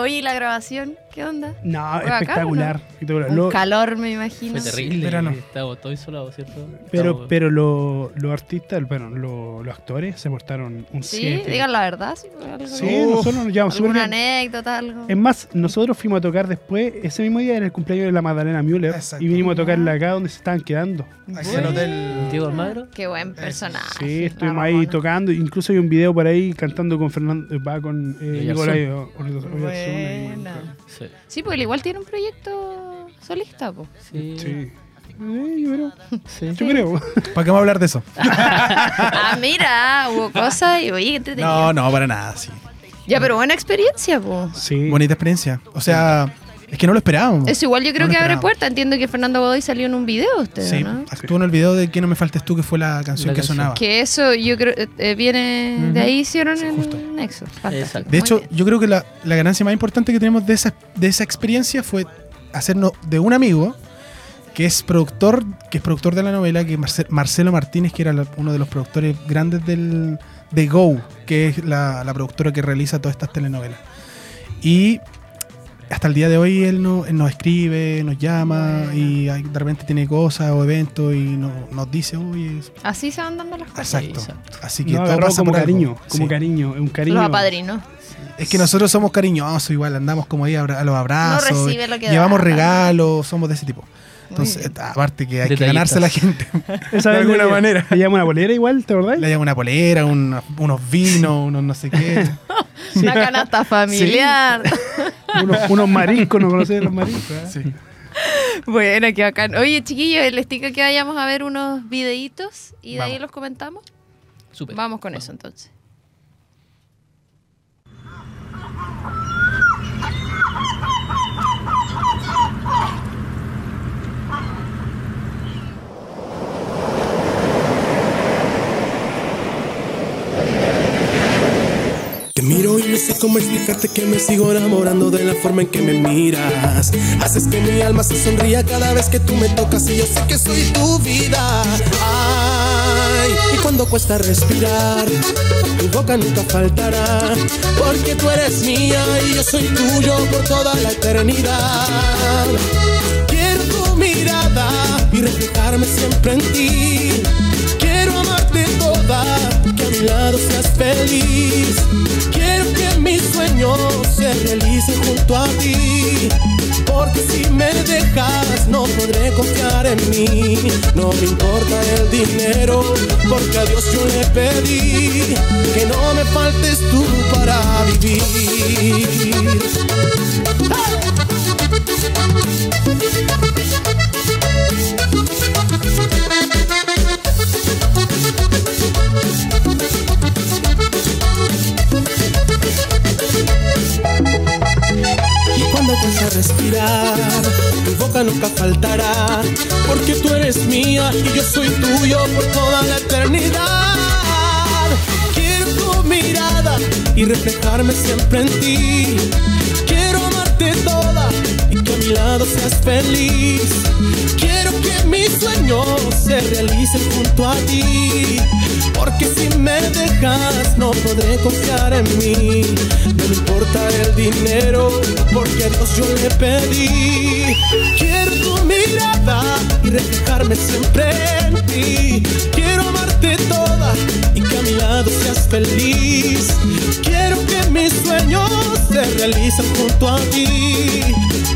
A: Oye, ¿y la grabación? ¿Qué onda?
B: No,
A: bacán,
B: espectacular. espectacular.
A: Un
B: Lo-
A: calor, me
D: Fue
A: imagino.
D: terrible.
C: pero no.
D: Estaba todo insolado, ¿cierto?
B: pero
D: Estaba-
B: pero lo- los artistas, bueno, lo- los actores se portaron un
A: Sí,
B: 7.
A: digan la verdad. Sí, algo.
B: Sí,
C: Uf.
B: nosotros nos llevamos súper
A: ¿Alguna
B: bien.
A: anécdota, algo?
B: Es más, nosotros fuimos a tocar después, ese mismo día era el cumpleaños de la Magdalena Müller
C: Exacto.
B: y vinimos a
A: Ah.
B: tocarla acá donde se estaban quedando.
C: Aquí al hotel.
D: Diego Almagro.
A: Qué
C: Eh,
A: buen personaje.
B: Sí,
A: la
B: estuvimos ahí
A: Ramona.
B: tocando, incluso hay un video por ahí cantando con Fernando, eh, va con eh,
D: Oyarzún.
B: Nicolai O- Oyarzún ahí,
A: Buena.
B: bueno,
D: Sí.
A: Sí, pues él igual tiene un proyecto solista, po.
D: Sí.
B: Sí. Eh, yo creo.
D: Sí.
B: Yo creo.
C: ¿Para qué vamos a hablar de eso?
A: Ah, mira, hubo cosas y oye, qué entretenido.
C: No, no, para nada, sí.
A: Ya, pero buena experiencia, po.
B: <laughs> Sí.
C: Bonita experiencia. O sea, es que no lo esperábamos.
A: Eso igual yo creo
C: No lo
A: que abre
C: esperábamos.
A: puerta. Entiendo que Fernando Godoy salió en un video usted,
C: Sí,
A: ¿no?
C: actuó en el video de Que no me faltes tú, que fue la canción
D: La
C: que
D: canción.
C: sonaba.
A: Que eso yo creo eh, eh, viene de
C: Ujú.
A: ahí hicieron el
C: justo.
A: nexo. Fantástico.
D: Exacto.
C: De
A: Muy
C: hecho,
A: bien.
C: yo creo que la, la ganancia más importante que tenemos de esa, de esa experiencia fue hacernos de un amigo que es productor, que es productor de la novela, que Marce- Marcelo Martínez, que era la- uno de los productores grandes del, de Go, que es la, la productora que realiza todas estas telenovelas. Y hasta el día de hoy él, no, él nos escribe, nos llama y hay- de repente tiene cosas o eventos y no- nos dice, oye,
A: así se van dando las cosas.
C: exacto.
D: exacto.
C: Así que
B: Lo
C: todo
B: agarró
C: pasa
B: como
C: por algo.
B: cariño, como
C: Sí.
B: cariño, es un cariño.
A: Los apadrinos.
C: Es que nosotros somos cariñosos, igual andamos como ahí a a los abrazos,
A: No recibe lo que da.
C: llevamos regalos, somos de ese tipo. Entonces,
A: bien.
C: aparte que hay que
D: Detallistas.
C: ganarse a la gente. <laughs>
B: Esa
C: de
B: vez
C: alguna
B: le-
C: manera.
B: Le llama una bolera igual, ¿te acordás?
C: Le llevan una polera, una- unos
D: <laughs>
C: vinos, unos no sé qué.
A: Una
C: <laughs>
A: canasta familiar.
B: Unos, unos mariscos, no conocés los mariscos. ¿eh?
C: Sí.
A: bueno, qué bacán. Oye, chiquillos, les digo que vayamos a ver unos videitos y de ahí
C: Vamos.
A: los comentamos.
D: Súper.
A: Vamos con eso entonces.
E: Te miro y no sé cómo explicarte que me sigo enamorando de la forma en que me miras. Haces que mi alma se sonría cada vez que tú me tocas y yo sé que soy tu vida. Ay, y cuando cuesta respirar, tu boca nunca faltará. Porque tú eres mía y yo soy tuyo por toda la eternidad. Quiero tu mirada y reflejarme siempre en ti. Quiero amarte toda, que a mi lado seas feliz. Quiero que mis sueños se realicen junto a ti. Porque si me dejas, no podré confiar en mí. No me importa el dinero, porque a Dios yo le pedí que no me faltes tú para vivir. Y cuando pueda respirar, tu boca nunca faltará, porque tú eres mía y yo soy tuyo por toda la eternidad. Quiero tu mirada y reflejarme siempre en ti. Quiero amarte toda y que a mi lado seas feliz. Quiero que mis sueños se realicen junto a ti. Porque si me dejas no podré confiar en mí No me importa el dinero porque a Dios yo le pedí Quiero tu mirada y reflejarme siempre en ti Quiero amarte toda y que a mi lado seas feliz Quiero que mis sueños se realicen junto a ti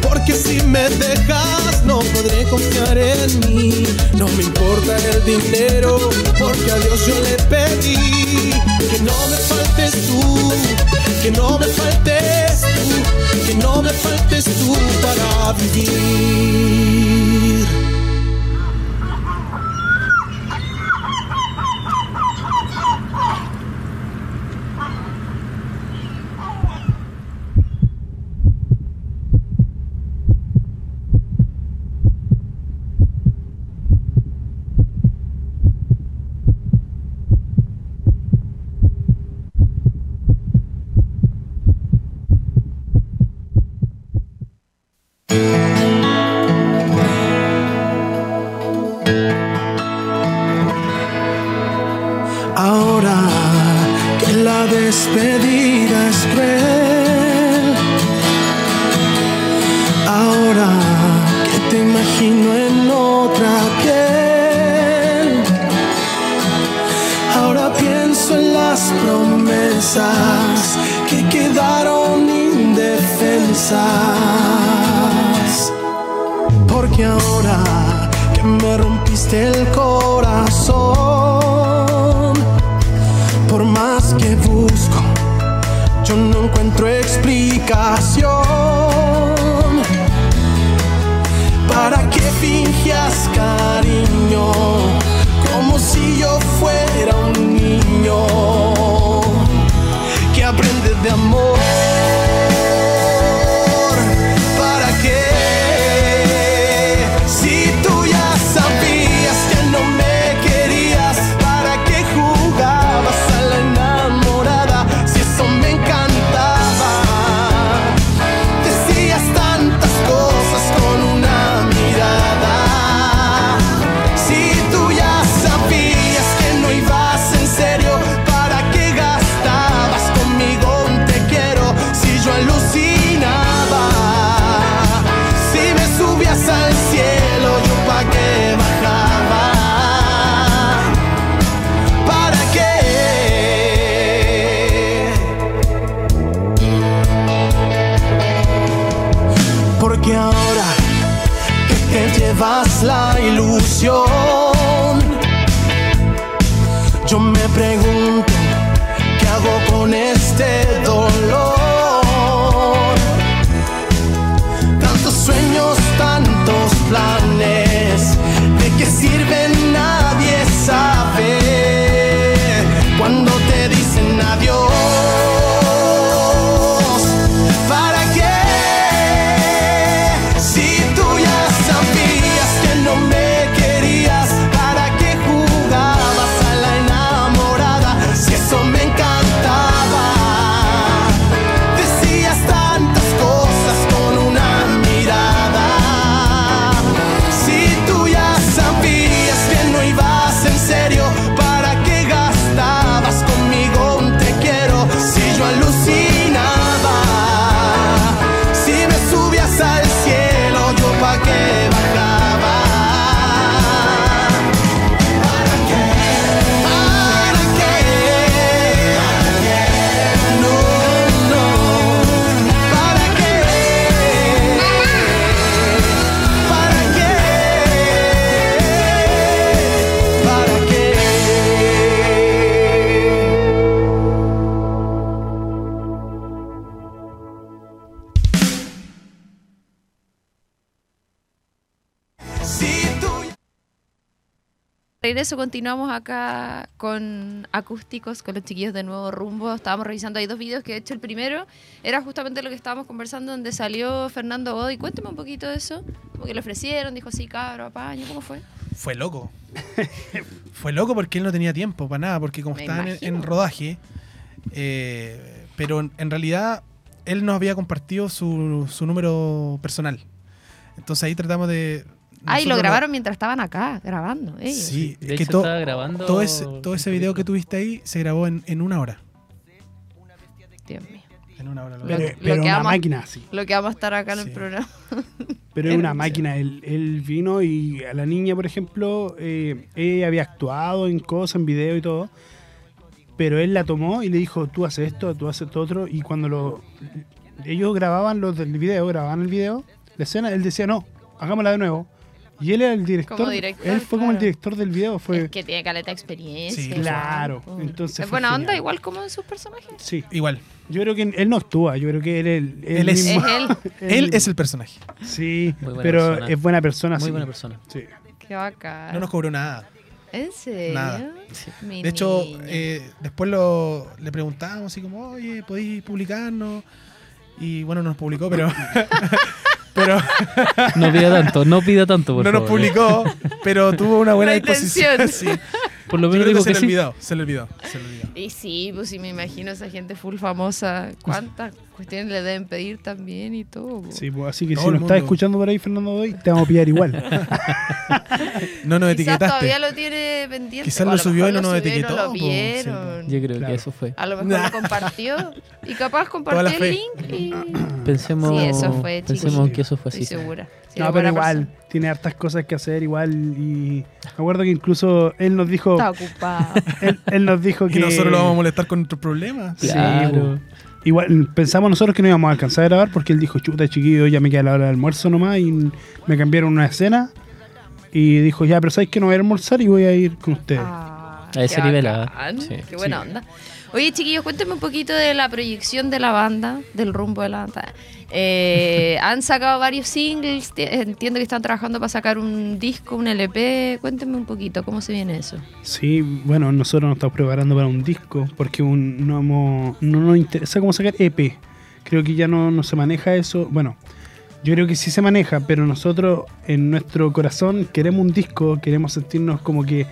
E: Porque si me dejas no podré confiar en mí No me importa el dinero porque a Dios yo le pedí Que no me faltes tú, que no me faltes tú Que no me faltes tú para vivir Ahora que la despedida es cruel. Ahora que te imagino en otra piel. Ahora pienso en las promesas que quedaron indefensas. Porque ahora que me rompiste el corazón, por más que busco, yo no encuentro explicación. ¿Para qué fingí das cariño, como si yo fuera un niño que aprende de amor. ¿Para qué? Si tú ya sabías que no me querías, ¿para qué jugabas a la enamorada? Si eso me encantaba. Decías tantas cosas con una mirada. Si tú ya sabías que no ibas en serio, ¿para qué gastabas conmigo un te quiero? Si yo alucinaba, si me subías al cielo, yo pa' qué bajaba. ¿Para qué? Porque ahora que te llevas la ilusión, yo me pregunto qué hago con este dolor. Tantos sueños, tantos planes, ¿de qué sirven? Nadie sabe cuando te dicen adiós. ¿Para qué? Si tú ya sabías que no me querías, ¿para qué jugabas a la enamorada? Si eso me encantaba. Decías tantas cosas con una mirada. Si tú ya sabías que no ibas en serio, ¿para qué gastabas conmigo un te quiero? Si yo alucinaba, si me subías al cielo, yo pa' qué bajaba. ¿Para qué? ¿Para qué? No, no, ¿para qué? ¿Para qué? ¿Para qué? Si tú
A: Regreso, continuamos acá con acústicos, con los chiquillos de nuevo rumbo. Estábamos revisando ahí dos videos que de hecho el primero era justamente lo que estábamos conversando donde salió Fernando Godoy. Cuéntame un poquito de eso. Como que le ofrecieron, dijo sí, cabro, apaño, ¿cómo fue?
C: Fue loco. <laughs> fue loco porque él no tenía tiempo para nada, porque como
A: Me
C: estaban en,
A: imagino.
C: en rodaje, eh, pero en, en realidad él nos había compartido su, su número personal. Entonces ahí tratamos de...
A: Ah, y lo
C: nosotros
A: grabaron mientras estaban acá, grabando. ellos.
C: Sí,
D: De
C: es que
D: hecho,
C: to-
D: estaba grabando
C: todo ese, todo ese
D: en
C: video que
D: película.
C: tuviste ahí se grabó en, en una hora.
A: Dios mío.
C: En una hora. lo
A: Lo-
B: Pero,
C: grabó.
A: lo
B: pero
A: que
B: una
A: ama-
B: máquina, sí.
A: Lo que vamos a estar acá en el
C: Sí.
A: programa.
B: Pero es una máquina. Él, él vino y a la niña, por ejemplo, eh, ella había actuado en cosas, en video y todo. Pero él la tomó y le dijo, tú haces esto, tú haces esto otro. Y cuando lo, ellos grababan los del video, grababan el video, la escena, él decía, no, hagámosla de nuevo. Y él era el director.
A: Como director,
B: él fue como el
A: claro.
B: director del video. Fue,
A: Es que tiene caleta de experiencia.
C: Pues Sí,
B: claro.
A: Pobre.
B: Entonces
A: es
B: fue
A: buena onda,
B: genial.
A: igual como en sus personajes.
B: Sí,
C: Eh, Igual.
B: yo creo que él no actúa, yo creo que él, él,
C: Él es-
A: Es
C: <laughs>
B: mismo-
A: él.
C: Él es el personaje.
B: Sí,
D: Muy buena
B: pero
D: persona.
B: es buena persona.
D: Muy
B: sí.
D: buena persona.
B: Sí.
A: Qué bacán.
C: No nos cobró nada.
A: ¿En serio?
C: Nada.
A: Mi
C: De hecho,
A: niña.
C: eh, después lo, le preguntábamos así como, oye, ¿podéis publicarnos? Y bueno, no nos publicó, pero... <laughs> pero
D: No pida tanto, no pida tanto, por
C: no nos
D: favor.
C: publicó, pero tuvo una buena
A: La
C: disposición.
A: intención.
C: Sí. Yo
D: Por lo
C: creo
D: menos
C: que
D: digo
C: se
D: que
C: le
D: sí.
C: olvidó, se le olvidó, se le olvidó.
A: Y sí, pues sí, me imagino esa gente full famosa. ¿Cuántas cuestiones le deben pedir también y todo? po?
B: Sí, pues, así que
C: Todo
B: si
C: el
B: nos
C: mundo.
B: estás escuchando por ahí, Fernando Doy, te vamos a
C: <laughs>
B: pillar igual.
C: No nos
A: Quizás todavía
C: etiquetaste.
A: lo tiene pendiente.
C: Quizás
A: o a
C: lo subió y
A: mejor
C: no
A: lo
C: nos
A: subió y
C: etiquetó,
A: lo
C: po, sí.
A: vieron.
D: Yo creo
B: Claro.
D: que eso fue.
A: A lo
C: <laughs>
A: mejor lo compartió. Y capaz compartió
C: la
A: el
C: fe.
A: link
C: <clears throat>
A: y.
D: Pensemos,
A: Sí, eso fue, chicos.
D: pensemos que eso fue
A: Estoy
D: así.
A: segura. Sí,
B: no,
A: era
B: pero
A: buena
B: igual,
A: persona.
B: tiene hartas cosas que hacer igual. Y me acuerdo que incluso él nos dijo,
A: Está ocupado.
B: él, él nos dijo
C: <laughs>
B: que...
C: Y nosotros lo vamos a molestar con nuestros problemas.
B: Sí, pues,
D: Claro.
B: Igual pensamos nosotros que no íbamos a alcanzar a grabar porque él dijo, chuta chiquillo, ya me queda la hora del almuerzo nomás y me cambiaron una escena y dijo, ya, pero sabes que no voy a almorzar y voy a ir con ustedes.
A: Ah,
D: A ese
A: qué
D: nivel,
A: bacán,
D: ah, sí,
A: qué buena
B: sí.
A: onda. Oye, chiquillos, cuéntenme un poquito de la proyección de la banda, del rumbo de la banda. Eh, han sacado varios singles, ti- entiendo que están trabajando para sacar un disco, un LP. Cuéntenme un poquito, ¿cómo se viene eso?
B: Sí, bueno, nosotros nos estamos preparando para un disco porque un- no, hemos- no nos interesa como sacar EP. Creo que ya no, no se maneja eso. Bueno, yo creo que sí se maneja, pero nosotros en nuestro corazón queremos un disco, queremos sentirnos como que...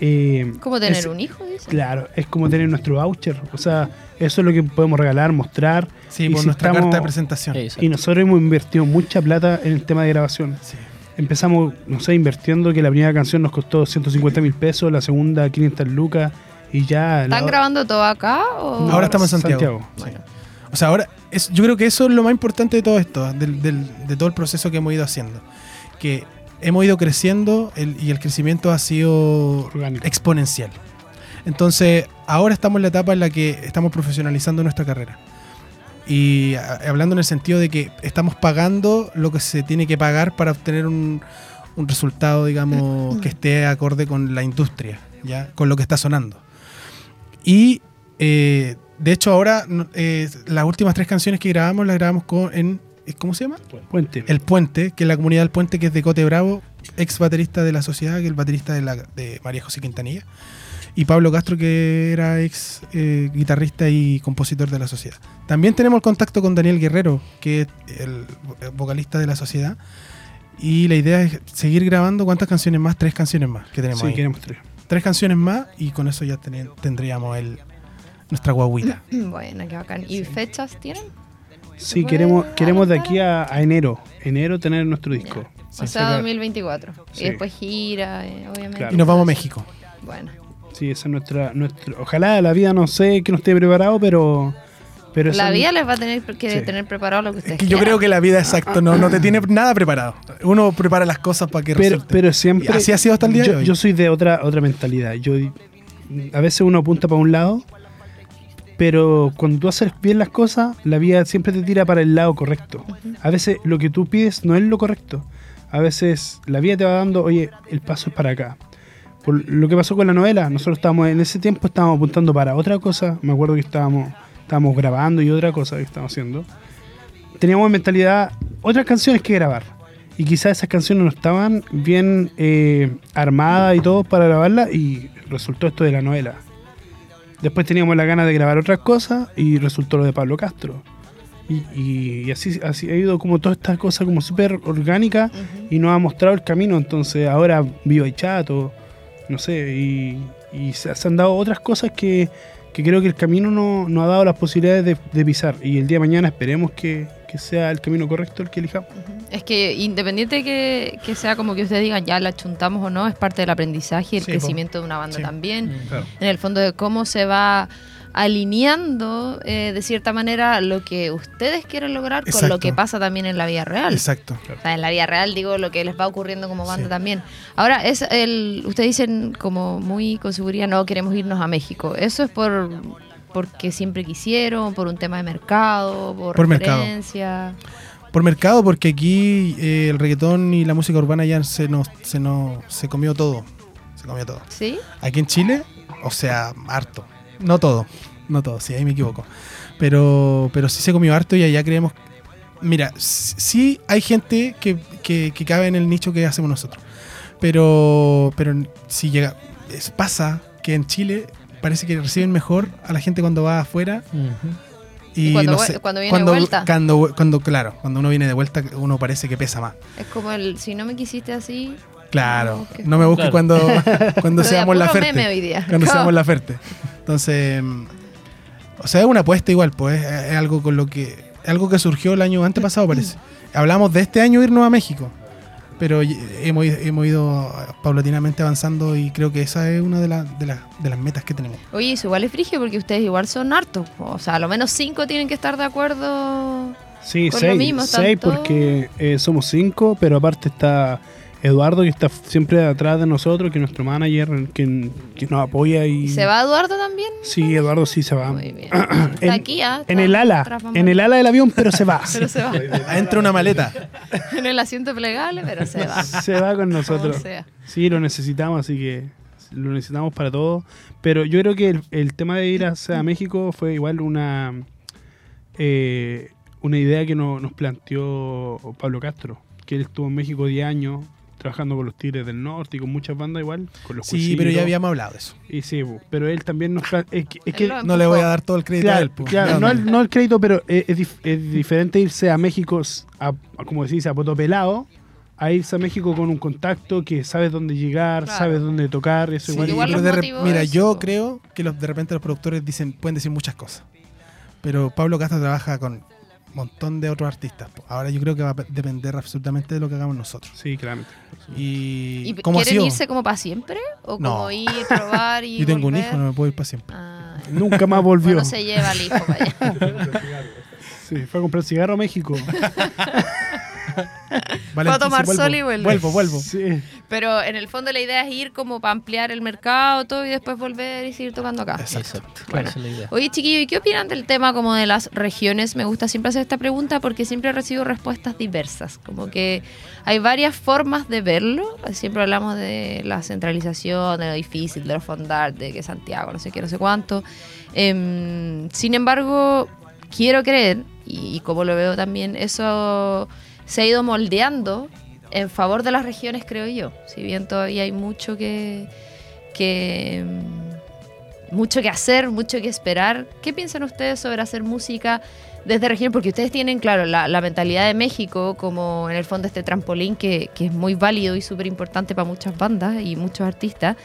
B: eh,
A: ¿Cómo tener
B: es-
A: un hijo? dicen?
B: Claro, es como tener nuestro voucher. O sea, eso es lo que podemos regalar, mostrar.
C: Sí,
B: Y
C: por
B: si
C: nuestra
B: estamos-
C: carta de presentación.
D: Eso.
B: Y nosotros hemos invertido mucha plata en el tema de grabación.
C: Sí.
B: Empezamos, no sé, invirtiendo que la primera canción nos costó 150 mil pesos, la segunda 500 lucas y ya... la-
A: ¿Están grabando todo acá? O...
C: Ahora estamos en Santiago. Sí. O sea, ahora es- yo creo que eso es lo más importante de todo esto, del- del- de todo el proceso que hemos ido haciendo. Que hemos ido creciendo el- y el crecimiento ha sido
B: Orgánico.
C: exponencial. Entonces, ahora estamos en la etapa en la que estamos profesionalizando nuestra carrera. Y a- hablando en el sentido de que estamos pagando lo que se tiene que pagar para obtener un, un resultado, digamos, que esté acorde con la industria, ¿ya? con lo que está sonando. Y eh, de hecho ahora no- eh, las últimas tres canciones que grabamos las grabamos con, en, ¿cómo se llama?
B: Puente.
C: El Puente, que es la comunidad del Puente, que es de Cote Bravo, ex baterista de la sociedad, que es el baterista de, la, de María José Quintanilla, y Pablo Castro, que era ex eh, guitarrista y compositor de la sociedad. También tenemos el contacto con Daniel Guerrero, que es el vo- vocalista de la sociedad, y la idea es seguir grabando cuántas canciones más, tres canciones más que tenemos.
B: Sí,
C: ahí.
B: queremos tres.
C: Tres canciones más, y con eso ya teni- tendríamos el, nuestra guaguita.
A: Bueno, qué bacán. ¿Y fechas tienen?
B: Sí, queremos, queremos de aquí a, a enero. Enero tener nuestro disco.
A: o sea, 2024.
B: Sí.
A: Y después gira, eh, obviamente.
B: Claro.
C: Y nos vamos a México.
A: Bueno.
B: Sí, esa es nuestra, nuestra... Ojalá la vida, no sé, que no esté preparado, pero... pero esa
A: La
B: es-
A: vida les va a tener que
B: Sí.
A: tener preparado lo que
C: Es
A: ustedes
C: que yo creo
A: quieran.
C: que la vida exacto no, no te tiene nada preparado. Uno prepara las cosas para que
B: pero,
C: resulten.
B: pero siempre.
C: Y así ha sido hasta el día
B: yo,
C: de hoy.
B: Yo soy de otra, otra mentalidad. Yo, a veces uno apunta para un lado, pero cuando tú haces bien las cosas, la vida siempre te tira para el lado correcto. A veces lo que tú pides no es lo correcto. A veces la vida te va dando, oye, el paso es para acá. Por lo que pasó con la novela, nosotros estábamos en ese tiempo estábamos apuntando para otra cosa. Me acuerdo que estábamos, estábamos grabando y otra cosa que estábamos haciendo. Teníamos en mentalidad otras canciones que grabar y quizás esas canciones no estaban bien eh, armadas y todo para grabarla y resultó esto de la novela. Después teníamos la gana de grabar otras cosas y resultó lo de Pablo Castro. Y, y- y así, así ha ido como toda esta cosa como súper orgánica y nos ha mostrado el camino. Entonces ahora vivo y chato, no sé, y, y se, se han dado otras cosas que, que creo que el camino no, no ha dado las posibilidades de, de pisar. Y el día de mañana esperemos que, que sea el camino correcto el que elijamos.
A: Es que independiente que, que sea como que ustedes digan ya la chuntamos o no, es parte del aprendizaje y el
C: Sí, po.
A: crecimiento de una banda
C: Sí. Mm,
A: también.
B: Claro.
A: En el fondo de cómo se va alineando eh, de cierta manera lo que ustedes quieren lograr con
C: Exacto.
A: lo que pasa también en la vida real.
C: Exacto.
A: O sea, en la vida real digo lo que les va ocurriendo como banda
C: Sí.
A: también. Ahora es el ustedes dicen como muy con seguridad no queremos irnos a México. Eso es por porque siempre quisieron, por un tema de mercado, por,
C: Por mercado.
A: referencia.
C: Por mercado, porque aquí eh, el reggaetón y la música urbana ya se nos, se nos se comió todo. Se comió todo.
A: ¿Sí?
C: Aquí en Chile, o sea, harto. No todo. No todo, sí, ahí me equivoco. Pero, pero sí se comió harto y allá creemos. Mira, s- sí hay gente que, que- que cabe en el nicho que hacemos nosotros. Pero, pero si llega. es- pasa que en Chile parece que reciben mejor a la gente cuando va afuera
D: Ujú.
C: Y,
A: Y cuando
C: no
A: vuel-
C: sé,
A: cuando viene
C: cuando,
A: de vuelta.
C: Cuando, cuando- claro, cuando uno viene de vuelta, uno parece que pesa más.
A: Es como el si no me quisiste así. No me
C: Claro.
A: busques.
C: No me busques
D: Claro.
C: cuando, cuando
A: Estoy a
C: seamos la
A: puro
C: Ferte.
A: meme hoy día.
C: Cuando
A: No.
C: seamos la Ferte. Entonces, mm, o sea, es una apuesta igual, pues es, es algo con lo que es algo que surgió el año antepasado, parece. Hablamos de este año irnos a México, pero y- hemos, ido- hemos ido paulatinamente avanzando y creo que esa es una de, las- de, las- de las metas que tenemos.
A: <laughs> Oye, eso igual es frigio porque ustedes igual son hartos. po. O sea, a lo menos cinco tienen que estar de acuerdo.
B: Sí,
A: Por lo
B: seis,
A: mismo, están
B: seis
A: todos-
B: porque eh, somos cinco, pero aparte está Eduardo que está siempre atrás de nosotros, que es nuestro manager, que, que nos apoya y...
A: ¿Y se va Eduardo también?
B: Sí, Eduardo sí
C: Ah.
B: se va.
A: Muy
C: <clears throat>
A: bien. Está
B: En-
A: aquí, ¿ah?
B: En
A: Está
B: el ala,
A: tras bambalinas.
B: en el ala del avión, pero se va.
A: <laughs> Pero se va.
C: Entra una maleta.
A: en el asiento plegable, pero se va.
B: Se va con
A: Como
B: nosotros.
A: sea.
B: Sí, lo necesitamos, así que lo necesitamos para todo. Pero yo creo que el, el tema de ir hacia México fue igual una, eh, una idea que no- nos planteó Pablo Castro, que él estuvo en México 10 años trabajando con los Tigres del Norte y con muchas bandas igual, con los
C: Sí, pero
B: Cuchillos.
C: ya habíamos hablado de eso.
B: Y sí, po, pero él también nos... pla- Es que, es que-
A: Él lo
C: No le voy a dar todo el crédito a él.
B: Claro,
C: pues.
B: claro,
C: No,
B: no,
C: no.
B: el, no el crédito, pero eh, es, es dif- es diferente irse a México, s- a- a, como decís, a Potopelado, a irse a México con un contacto que sabes dónde llegar,
A: Claro.
B: sabes dónde tocar, eso
C: Sí,
B: igual.
A: igual
C: pero
A: los
C: de re-
A: motivos,
C: mira, yo
A: po.
C: creo que los, de repente los productores dicen, pueden decir muchas cosas. Pero Pablo Castro trabaja con un montón de otros artistas. po. Ahora yo creo que va a pe- depender absolutamente de lo que hagamos nosotros.
B: Sí, claramente.
C: ¿Y,
A: ¿Y
C: cómo ha
A: quieren
C: sido?
A: irse como para siempre? ¿O
C: No.
A: como ir, probar y
C: <laughs> Yo tengo un
A: volver?
C: hijo, no me puedo ir para siempre. <laughs>
A: Ah,
B: Nunca más volvió.
A: bueno, se lleva al hijo para allá.
B: Sí, fue a comprar cigarro
A: <laughs>
B: a México.
A: a tomar
C: vuelvo.
A: sol y vuelve.
C: Vuelvo, vuelvo.
B: Sí.
A: <laughs> Pero en el fondo la idea es ir como para ampliar el mercado todo y después volver y seguir tocando acá.
C: Exacto.
A: Bueno.
D: Esa es la idea.
A: Oye, chiquillo, ¿y qué opinan del tema como de las regiones? Me gusta siempre hacer esta pregunta porque siempre recibo respuestas diversas. Como que hay varias formas de verlo. Siempre hablamos de la centralización, de lo difícil, de los fondar, de que Santiago, no sé qué, no sé cuánto. Em, sin embargo, quiero creer, y, y como lo veo también, eso se ha ido moldeando en favor de las regiones, creo yo. Si bien todavía hay mucho que... que em, mucho que hacer, mucho que esperar. ¿Qué piensan ustedes sobre hacer música desde región? Porque ustedes tienen, claro, la, la mentalidad de México como en el fondo este trampolín que, que es muy válido y súper importante para muchas bandas y muchos artistas.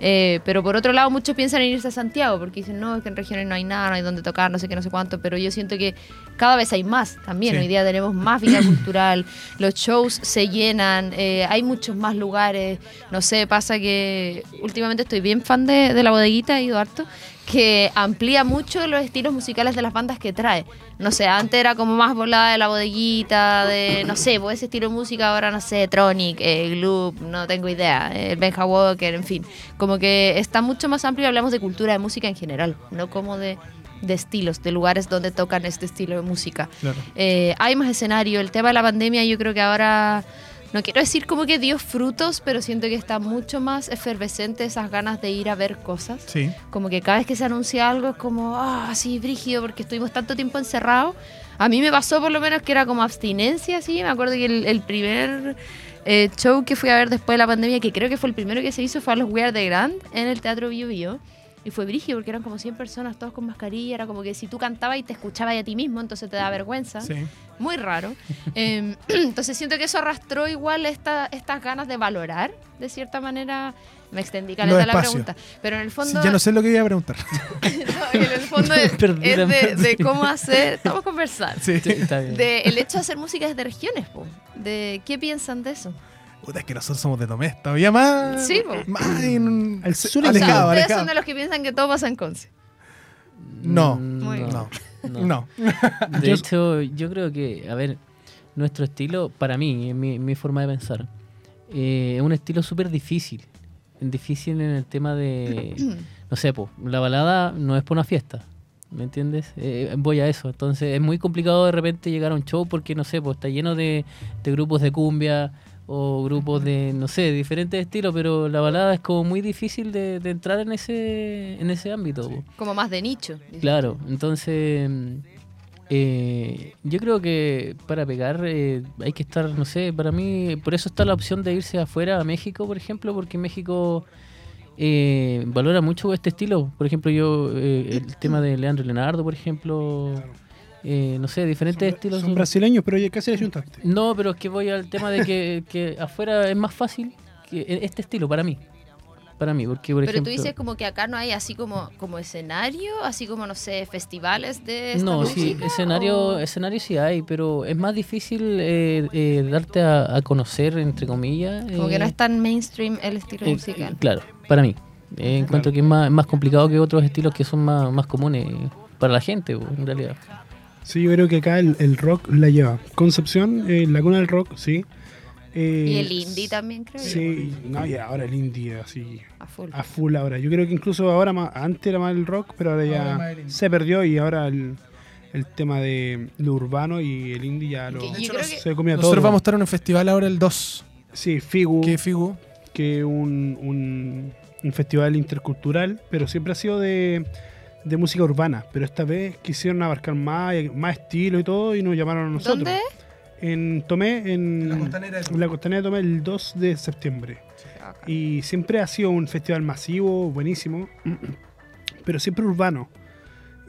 A: Eh, pero por otro lado, muchos piensan en irse a Santiago porque dicen, no, es que en regiones no hay nada, no hay dónde tocar, no sé qué, no sé cuánto. Pero yo siento que cada vez hay más también.
C: Sí.
A: Hoy día tenemos más vida cultural, los shows se llenan, eh, hay muchos más lugares. No sé, pasa que últimamente estoy bien fan de, de la bodeguita, he ido harto, que amplía mucho los estilos musicales de las bandas que trae. No sé, antes era como más volada de la bodeguita, de no sé, pues ese estilo de música, ahora no sé, Tronic, eh, Gloop, no tengo idea, eh, el Benja Walker, en fin. Como que está mucho más amplio y hablamos de cultura de música en general, no como de, de estilos, de lugares donde tocan este estilo de música.
C: Claro.
A: Eh, hay más escenario. El tema de la pandemia, yo creo que ahora. No quiero decir como que dio frutos, pero siento que está mucho más efervescente esas ganas de ir a ver cosas.
C: Sí.
A: Como que cada vez que se anuncia algo es como, ah, sí, brígido, porque estuvimos tanto tiempo encerrados. A mí me pasó por lo menos que era como abstinencia, sí. Me acuerdo que el, el primer eh, show que fui a ver después de la pandemia, que creo que fue el primero que se hizo, fue a los We Are The Grand en el Teatro Bio Bio. Y fue brígido porque eran como 100 personas, todos con mascarilla. Era como que si tú cantabas y te escuchabas a ti mismo, entonces te da vergüenza
C: Sí.
A: muy
C: <laughs>
A: raro. Eh, <clears throat> entonces siento que eso arrastró igual esta, estas ganas de valorar, de cierta manera. Me extendí caleta
C: Los
A: la
C: espacios.
A: pregunta. Pero en el
C: Sí,
A: fondo, <laughs>
C: ya no sé lo que iba a preguntar. <laughs>
A: no, en el fondo es,
D: Perdí
A: es
D: la
A: de, de
D: mente.
A: cómo hacer.
C: <laughs>
A: Estamos conversando.
C: Sí.
D: Sí, está bien.
A: De el hecho de hacer música desde regiones, po. De, ¿Qué piensan de eso?
C: Puta, es que nosotros somos de Tomé. Todavía más.
A: Sí, po.
C: Más en-
B: Al
A: O
B: sur
A: sea,
C: alejado,
A: ustedes
C: alejado.
A: son de los que piensan que todo pasa en Conce.
C: No.
A: Muy bien.
C: No.
D: Mm, no.
C: No.
D: <laughs> De hecho, yo creo que, a ver, nuestro estilo, para mí, en mi, mi forma de pensar, eh, es un estilo súper difícil. Difícil en el tema de, no sé, po, la balada no es por una fiesta, ¿me entiendes? Eh, voy a eso, entonces es muy complicado de repente llegar a un show porque, no sé, po, está lleno de, de grupos de cumbia o grupos de, no sé, diferentes estilos, pero la balada es como muy difícil de, de entrar en ese, en ese ámbito. po.
A: Como más de nicho.
D: Claro, entonces mm, eh, yo creo que para pegar eh, hay que estar, no sé, para mí, por eso está la opción de irse afuera a México, por ejemplo, porque México eh, valora mucho este estilo. Por ejemplo, yo, eh, el tema de Leandro y Leonardo, por ejemplo, eh, no sé, diferentes estilos.
B: Son brasileños, pero ya casi les juntaste.
D: No, pero es que voy al tema de que, que afuera es más fácil que este estilo para mí. Para mí, porque por
A: Pero
D: ejemplo.
A: tú dices como que acá no hay así como, como escenario, así como, no sé, festivales de esta
D: No, sí,
A: música,
D: escenario,
A: o-
D: escenario sí hay, pero es más difícil eh, eh, darte a, a conocer, entre comillas.
A: Como que no
D: eh,
A: es tan mainstream el estilo
D: eh,
A: musical.
D: Claro, para mí. Eh, en cuanto que es más, más complicado que otros estilos que son más, más comunes eh, para la gente, po, en realidad.
B: Sí, yo creo que acá el, el rock la lleva. Concepción, eh, la cuna del rock, sí. Eh,
A: Y el indie también, creo. yo,
B: Sí, no, y ahora el indie, así.
A: A full.
B: a full ahora. Yo creo que incluso ahora más, antes era más el rock, pero ahora ya
C: Ahora más el indie.
B: se perdió y ahora el, el tema de lo urbano y el indie ya lo
A: Que yo
B: se
A: creo que-
B: comía todo.
C: Nosotros vamos a estar en un festival ahora el 2.
B: Sí, Figu,
C: Que Figu.
B: que un, un un festival intercultural, pero siempre ha sido de, de música urbana. Pero esta vez quisieron abarcar más, más estilo y todo, y nos llamaron a nosotros.
A: ¿Dónde?
B: En Tomé, en
C: En la Costanera de Tomé.
B: en la Costanera de Tomé, el 2 de septiembre. Y siempre ha sido un festival masivo, buenísimo, <clears throat> pero siempre urbano.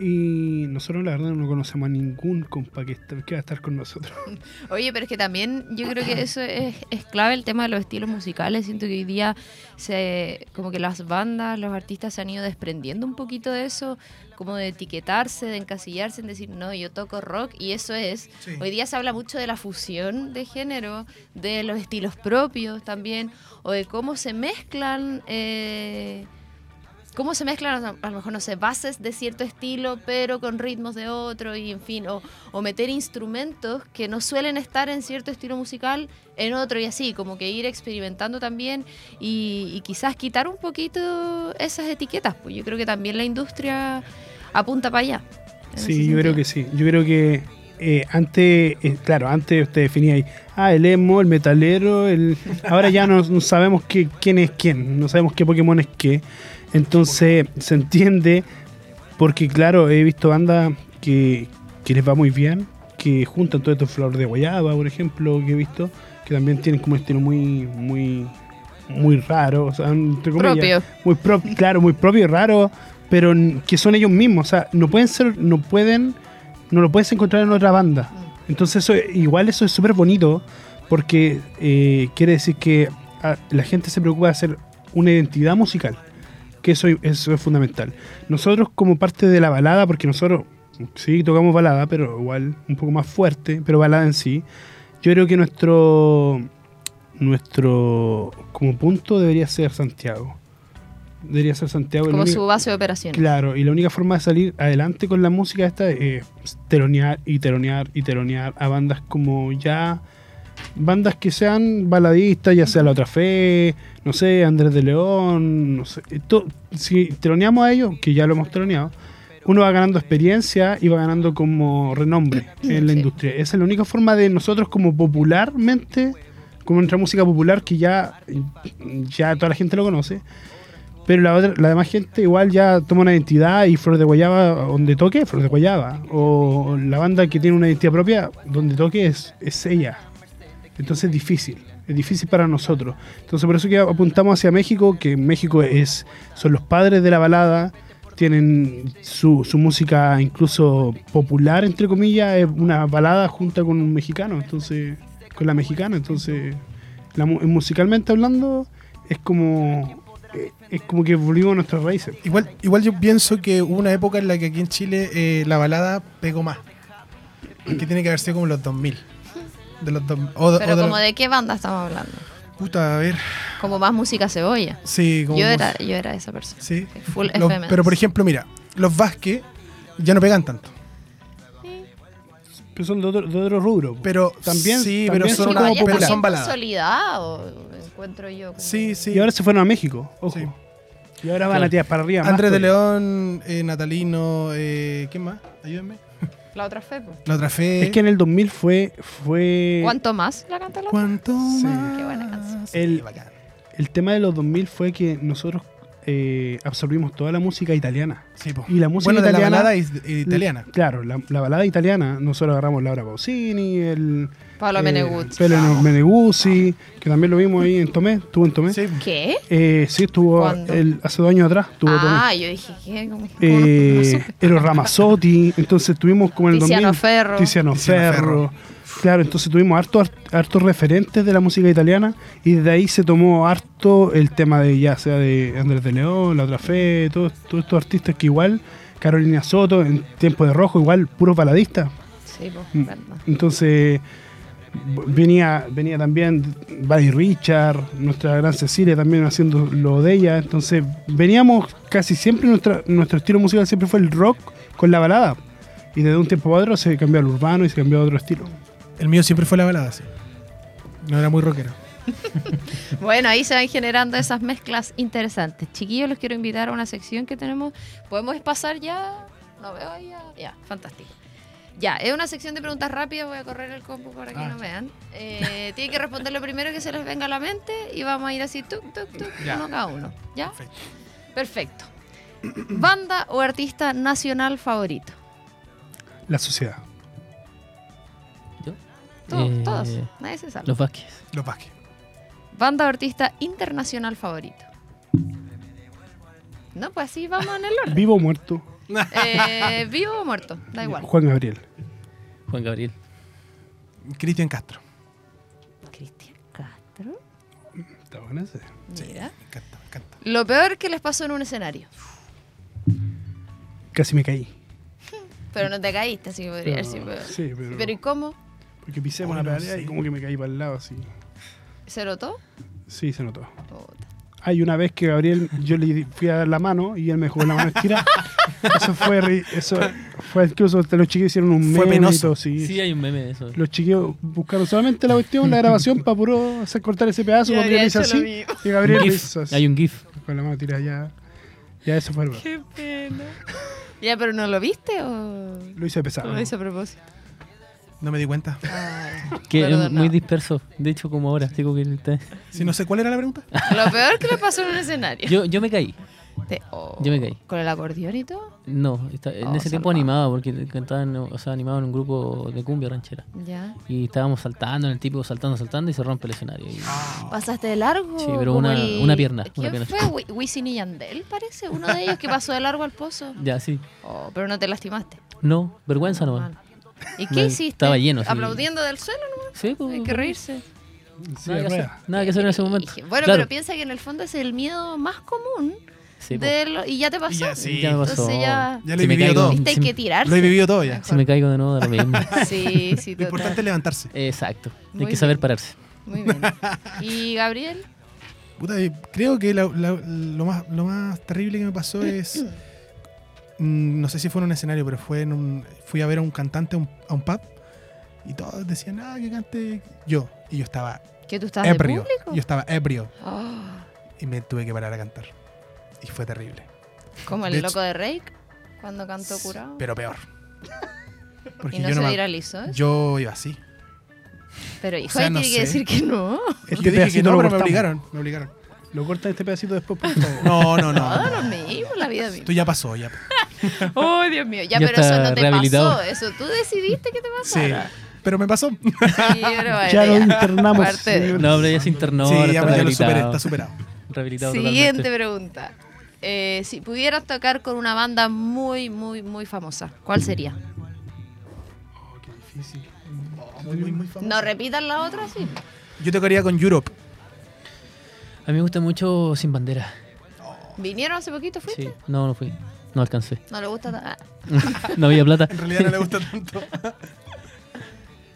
B: Y nosotros la verdad no conocemos a ningún compa que, est- que va a estar con <laughs> nosotros.
A: Oye, pero es que también yo creo que eso es, es clave el tema de los estilos musicales. Siento que hoy día se, como que las bandas, los artistas se han ido desprendiendo un poquito de eso, como de etiquetarse, de encasillarse, en decir, no, yo toco rock y eso es.
C: Sí.
A: Hoy día se habla mucho de la fusión de género, de los estilos propios también, o de cómo se mezclan... eh, cómo se mezclan, a a lo mejor, no sé, bases de cierto estilo, pero con ritmos de otro, y en fin, o, o meter instrumentos que no suelen estar en cierto estilo musical en otro, y así, como que ir experimentando también y, y quizás quitar un poquito esas etiquetas. Pues yo creo que también la industria apunta para allá. en ese
B: Sí, yo creo
A: sentido.
B: que sí. Yo creo que eh, antes, eh, claro, antes usted definía ahí, ah, el emo, el metalero, el... ahora ya no, no sabemos qué, quién es quién, no sabemos qué Pokémon es qué. Entonces se entiende, porque claro, he visto bandas que, que les va muy bien, que juntan todo esto flor de guayaba, por ejemplo, que he visto, que también tienen como un estilo muy, muy, muy raro, o sea, entre comillas,
A: Propio.
B: muy propio, claro, muy propio y raro, pero n- que son ellos mismos, o sea, no pueden ser, no pueden, no lo puedes encontrar en otra banda. Entonces eso, igual eso es súper bonito, porque eh, quiere decir que ah, la gente se preocupa de hacer una identidad musical, que eso, eso es fundamental. Nosotros como parte de la balada, porque nosotros sí tocamos balada, pero igual un poco más fuerte, pero balada en sí, yo creo que nuestro nuestro como punto debería ser Santiago. Debería ser Santiago. el
A: Como
B: único-
A: su base de operaciones.
B: Claro, y la única forma de salir adelante con la música esta es telonear y telonear y telonear a bandas como ya. Bandas que sean baladistas, ya sea La Otra Fe, no sé, Andrés de León, no sé. eh, to- si teloneamos a ellos, que ya lo hemos teloneado, uno va ganando experiencia y va ganando como renombre en la
A: Sí.
B: industria. Esa es la única forma de nosotros como popularmente, como nuestra música popular que ya, ya toda la gente lo conoce, pero la, otra, la demás gente igual ya toma una identidad y Flor de Guayaba, donde toque, Flor de Guayaba. O la banda que tiene una identidad propia, donde toque es, es ella. Entonces es difícil, es difícil para nosotros. Entonces por eso que apuntamos hacia México, que México es, son los padres de la balada, tienen su, su música incluso popular, entre comillas, es una balada junta con un mexicano, entonces, con la mexicana, entonces, la mu- musicalmente hablando, es como, eh, es como que volvimos a nuestras raíces.
C: Igual, igual yo pienso que hubo una época en la que aquí en Chile eh, la balada pegó más. Que tiene que haber sido como los 2000. De los dos- o, o
A: Pero
C: de
A: como
C: los-
A: de qué banda estamos hablando.
C: Puta, a ver.
A: Como más música cebolla.
C: Sí, como.
A: Yo era, yo era esa persona.
C: Sí.
A: Full
C: Los-
A: FM.
C: pero por ejemplo, mira, los Vázquez ya no pegan tanto.
B: Pero son de otro, de otro rubro.
C: Pero
B: También-
C: sí,
B: también
C: pero
A: Es que
C: son
B: son
C: como
A: Magallanes
C: pero
A: también
C: son baladas.
A: consolidado, encuentro yo. como-
C: Sí, sí.
B: Y ahora se fueron a México, ojo.
C: Sí.
B: Y ahora van
D: Claro.
B: a tirar para arriba. más
C: Andrés de
B: todavía.
C: León, eh, Natalino, eh, ¿quién más? Ayúdenme.
A: La otra fe. po.
C: La otra fe.
B: Es que en el 2000 fue,
C: Eh,
B: fue
A: ¿Cuánto más la canta la otra?
C: ¿Cuánto
B: Sí.
C: más?
A: Qué buena canción.
C: Sí,
B: El-
C: bacán.
B: El tema de los 2000 fue que nosotros eh, absorbimos toda la música italiana.
C: Sí, po.
B: Y la música
C: bueno, de
B: italiana-
C: la balada is- italiana.
B: Claro, la, la balada italiana. Nosotros agarramos Laura Pausini, el.
A: Pablo
B: eh,
A: Meneguzzi.
B: Pelo Meneguzzi, que también lo vimos ahí en Tomé. Estuvo en Tomé. Sí,
C: Sí.
A: ¿Qué?
B: eh, sí estuvo
A: ¿Cuándo?
B: el- hace dos años atrás. Estuvo
A: ah, yo dije, ¿qué? ¿Cómo- cómo
B: Tomé.
A: no- no
B: Eh,
A: supe?
B: Eros Ramazzotti. Entonces tuvimos como en el
A: Tiziano
B: 2000.
A: Ferro.
B: Tiziano
C: Tiziano Ferro.
B: Ferro. Claro, entonces tuvimos harto, hart- hartos referentes de la música italiana y desde ahí se tomó harto el tema de ya sea de Andrés de León, La Otra Fe, todos todos estos artistas que igual, Carolina Soto, en Tiempo de Rojo, igual, puros baladistas.
A: Sí, pues,
B: Mm.
A: verdad.
B: Entonces v- venía, venía también Buddy Richard, nuestra gran Cecilia también haciendo lo de ella. Entonces veníamos casi siempre, nuestra, nuestro estilo musical siempre fue el rock con la balada. Y desde un tiempo a otro se cambió al urbano y se cambió a otro estilo.
C: El mío siempre fue la balada, sí. No era muy rockero.
A: Bueno, ahí se van generando esas mezclas interesantes. Chiquillos, los quiero invitar a una sección que tenemos. ¿Podemos pasar ya? No veo ahí ya. Ya, fantástico. Ya, es una sección de preguntas rápidas, voy a correr el compu para que
C: Ah.
A: no vean. Eh, tienen que responder lo primero que se les venga a la mente y vamos a ir así, tuk, tuk, tuk,
C: Ya.
A: uno cada uno. ¿Ya?
C: Perfecto.
A: Perfecto. ¿Banda o artista nacional favorito?
B: La sociedad.
A: Todos,
D: Eh,
A: todos. Nadie se salva.
D: Los Vázquez.
C: Los Vázquez.
A: ¿Banda o artista internacional favorito? No, pues así vamos en el orden.
B: ¿Vivo o muerto?
A: Eh, ¿Vivo o muerto? Da igual.
B: Juan Gabriel.
D: Juan Gabriel.
C: Cristian Castro.
A: Cristian Castro.
B: Está buena esa.
A: Mira.
C: Me encanta, me encanta.
A: Lo peor que les pasó en un escenario.
B: Casi me caí.
A: Pero no te caíste, así que podría haber sido peor.
B: sí, pero,
A: Pero ¿y cómo?
B: porque pisé
C: Oh,
B: una
C: no
B: pedalera
C: sé.
B: y como que me caí para el lado así.
A: ¿Se notó?
B: Sí, se notó.
A: Puta.
B: Hay una vez que Gabriel, yo le di- fui a dar la mano y él me dejó la mano
D: <laughs>
B: estirada. Eso fue, ri- eso fue incluso hasta los chiquillos hicieron un
C: Fue
B: meme y
C: penoso.
B: todo, sí.
D: Sí, hay un meme de eso.
B: Los chiquillos buscaron solamente la cuestión, la grabación para puro hacer cortar ese pedazo
A: Yo
B: cuando
A: habría
B: yo le hice
A: hecho lo
B: así.
A: mismo.
B: Y Gabriel
D: Un
B: le
D: gif.
B: hizo así.
D: Hay un GIF.
B: Con la mano tirada ya. Ya eso fue.
A: Qué pena. Ya, pero ¿no lo viste o
B: Lo hice
D: Ah.
B: pesado.
A: lo hice a propósito?
C: No me di cuenta.
A: Ay,
D: Que es
A: perdonado.
D: muy disperso. De hecho, como ahora. digo
A: <laughs>
D: que está-
C: Si no sé cuál era la pregunta.
A: Lo peor que le pasó en un escenario.
D: Yo, yo me caí.
A: Te- oh.
D: Yo me caí.
A: ¿Con el acordeón y todo?
D: No, está- en
A: Oh,
D: ese
A: salvado.
D: tiempo animaba, porque cantaban, o sea, animaba en un grupo de cumbia ranchera.
A: Ya.
D: Y estábamos saltando, en el típico saltando, saltando y se rompe el escenario. Y-
A: Ah. ¿Pasaste de largo?
D: Sí, pero
A: como
D: una-
A: el-
D: una pierna,
A: ¿Quién
D: una pierna.
A: fue? Wi- ¿Wisin y Yandel, parece? Uno de ellos que pasó de largo al pozo.
D: <laughs> Ya, sí.
A: Oh, pero no te lastimaste.
D: No, vergüenza no.
A: Normal. ¿Y
D: Me-
A: qué hiciste?
D: estaba lleno, sí.
A: ¿Aplaudiendo del suelo? nomás?
D: Sí, pues,
A: Hay que reírse.
B: Sí,
D: Nada que, hacer,
B: rueda.
D: nada que hacer en ese momento.
A: Bueno,
D: Claro,
A: pero piensa que en el fondo es el miedo más común
D: sí, pues,
A: de lo- y ya te pasó.
C: ya, sí.
D: ya me pasó.
A: Entonces ya,
C: Ya lo
D: Si
C: he
D: me
C: vivido
D: caigo-
C: todo.
A: viste, hay
D: si,
A: que
D: me-
A: tirarse.
C: Lo he vivido todo ya.
D: si me caigo de nuevo, da
A: <laughs>
D: lo mismo.
A: Sí, sí,
C: <laughs> Lo importante es
A: total.
C: levantarse.
D: Exacto. Hay
A: Muy
D: que saber
A: bien.
D: pararse.
A: Muy
C: <laughs>
A: bien. ¿Y Gabriel?
C: Puta, eh, creo que la- la- lo, más, lo más terrible que me pasó es. mm, No sé si fue en un escenario, pero fue en un, fui a ver a un cantante a un, a un pub y todos decían, ah, que cante yo. Y yo estaba
A: ¿Que tú estabas de
C: ebrio.
A: público?
C: Yo estaba ebrio
A: Oh,
C: y me tuve que parar a cantar. Y fue terrible.
A: como el
C: De hecho-
A: loco de Rake cuando cantó curado.
C: Pero peor. <laughs> Porque
A: y no
C: yo,
A: se
C: no me-
A: viralizó. eso.
C: yo iba así.
A: Pero hijo,
C: sea,
A: ahí
C: no
A: tiene
C: sé.
A: que decir que no.
B: Este
C: yo dije que
B: pedacito
C: no,
B: lo
C: pero me
B: cortamos.
C: obligaron. Me obligaron.
B: Lo cortan este pedacito después, por
D: <laughs>
C: <laughs>
B: favor.
C: No,
A: <laughs>
C: no,
A: Todo Ah, lo
C: no.
A: mismo, la vida misma.
C: Tú ya pasó, ya.
A: Oh, Dios mío. Ya,
D: Ya
A: pero eso
D: está
A: no te
D: rehabilitado.
A: pasó. Eso tú decidiste que te
C: Sí.
A: pasara.
C: Pero me pasó.
A: Sí, pero bueno,
B: ya lo
A: ya.
B: internamos.
A: Parte de-
B: señor.
D: No, pero ya se internó,
C: sí,
D: ahora
C: ya,
D: está
C: pero ya lo superé,
D: rehabilitado.
C: está superado.
D: Rehabilitado
A: Siguiente
D: totalmente.
A: pregunta. Eh, si pudieras tocar con una banda muy, muy, muy famosa, ¿cuál sería?
D: Oh,
A: No repitan la otra, sí.
C: Yo tocaría con Europe.
D: A mí me gusta mucho Sin Bandera.
A: ¿Vinieron hace poquito? ¿Fuiste?
D: Sí, no, no fui. No alcancé.
A: No le gusta. ta- ah.
D: no había plata.
C: <laughs> En realidad no le gusta tanto.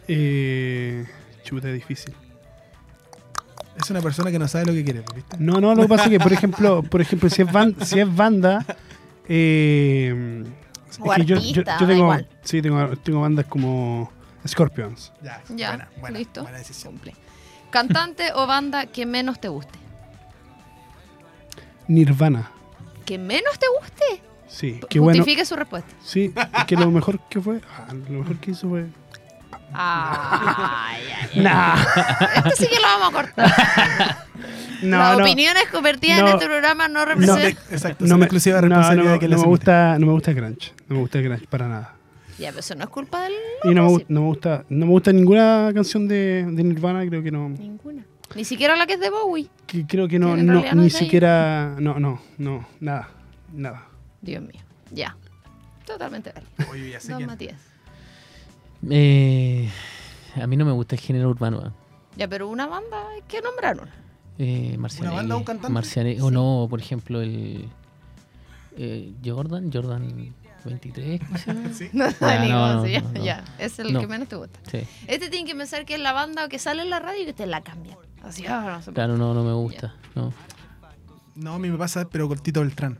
B: Eh, chuta, difícil.
C: <laughs> Es una persona que no sabe lo que quiere, ¿viste?
B: No, no, lo que pasa es que, por ejemplo, por ejemplo si, es ban- si es banda. Eh, es
A: O
B: que yo, yo-
A: artista,
B: yo
A: da
B: tengo,
A: igual.
B: sí, tengo, tengo bandas como Scorpions.
C: Ya,
A: Ya,
C: buena, buena,
A: listo.
C: buena decisión.
A: Cumple. ¿Cantante o banda que menos te guste?
B: Nirvana.
A: ¿Que menos te guste?
B: Sí,
A: P-
B: que bueno.
A: Justifique su respuesta.
B: Sí, que lo mejor que fue. ah, lo mejor que hizo fue.
A: Ay, ay, ay.
B: Nah,
A: Esto sí que lo vamos a cortar.
B: <laughs> no,
A: Las
B: no.
A: opiniones convertidas en
B: No.
A: este programa <laughs> no
C: No,
A: representan.
C: exacto.
B: No
C: es
B: me,
C: exclusiva
B: no, no,
C: responsabilidad
B: no,
C: de que
B: no
C: le
B: me
C: hacen.
B: gusta, no me gusta Grunge. No me gusta Grunge para nada.
A: Ya, pero eso no pues es culpa del.
B: Y no me,
A: loco,
B: gu- no me gusta, no me gusta ninguna canción de, de Nirvana, creo que no.
A: sí. Ninguna. Ni siquiera la que es de Bowie.
B: que creo que no,
A: En
B: no,
A: realidad no
B: ni
A: está ahí.
B: siquiera. No, no, no, nada. Nada.
A: Dios mío. Ya. Totalmente válido.
C: Oye, ya sé
A: Don
C: quién.
A: Matías.
D: Eh, a mí no me gusta el género urbano.
A: Ya, pero una banda hay que nombrar una.
D: Eh, Marcianeque,
C: ¿Una banda o un cantante?
D: Marcianeque- O no, por ejemplo, el. eh, Jordan, Jordan 23. ¿cómo se llama?
C: Sí.
A: <laughs> No sé ni
D: Ah, no,
A: cómo
D: no,
A: se llama.
D: no, no.
A: Ya, es el
D: No.
A: que menos te gusta.
D: Sí,
A: Este tiene que pensar que es la banda que sale en la radio y que te la cambian. Así, ah, no sé.
D: claro, no, no me gusta. No.
C: No, a mí me pasa, pero con Tito Beltrán.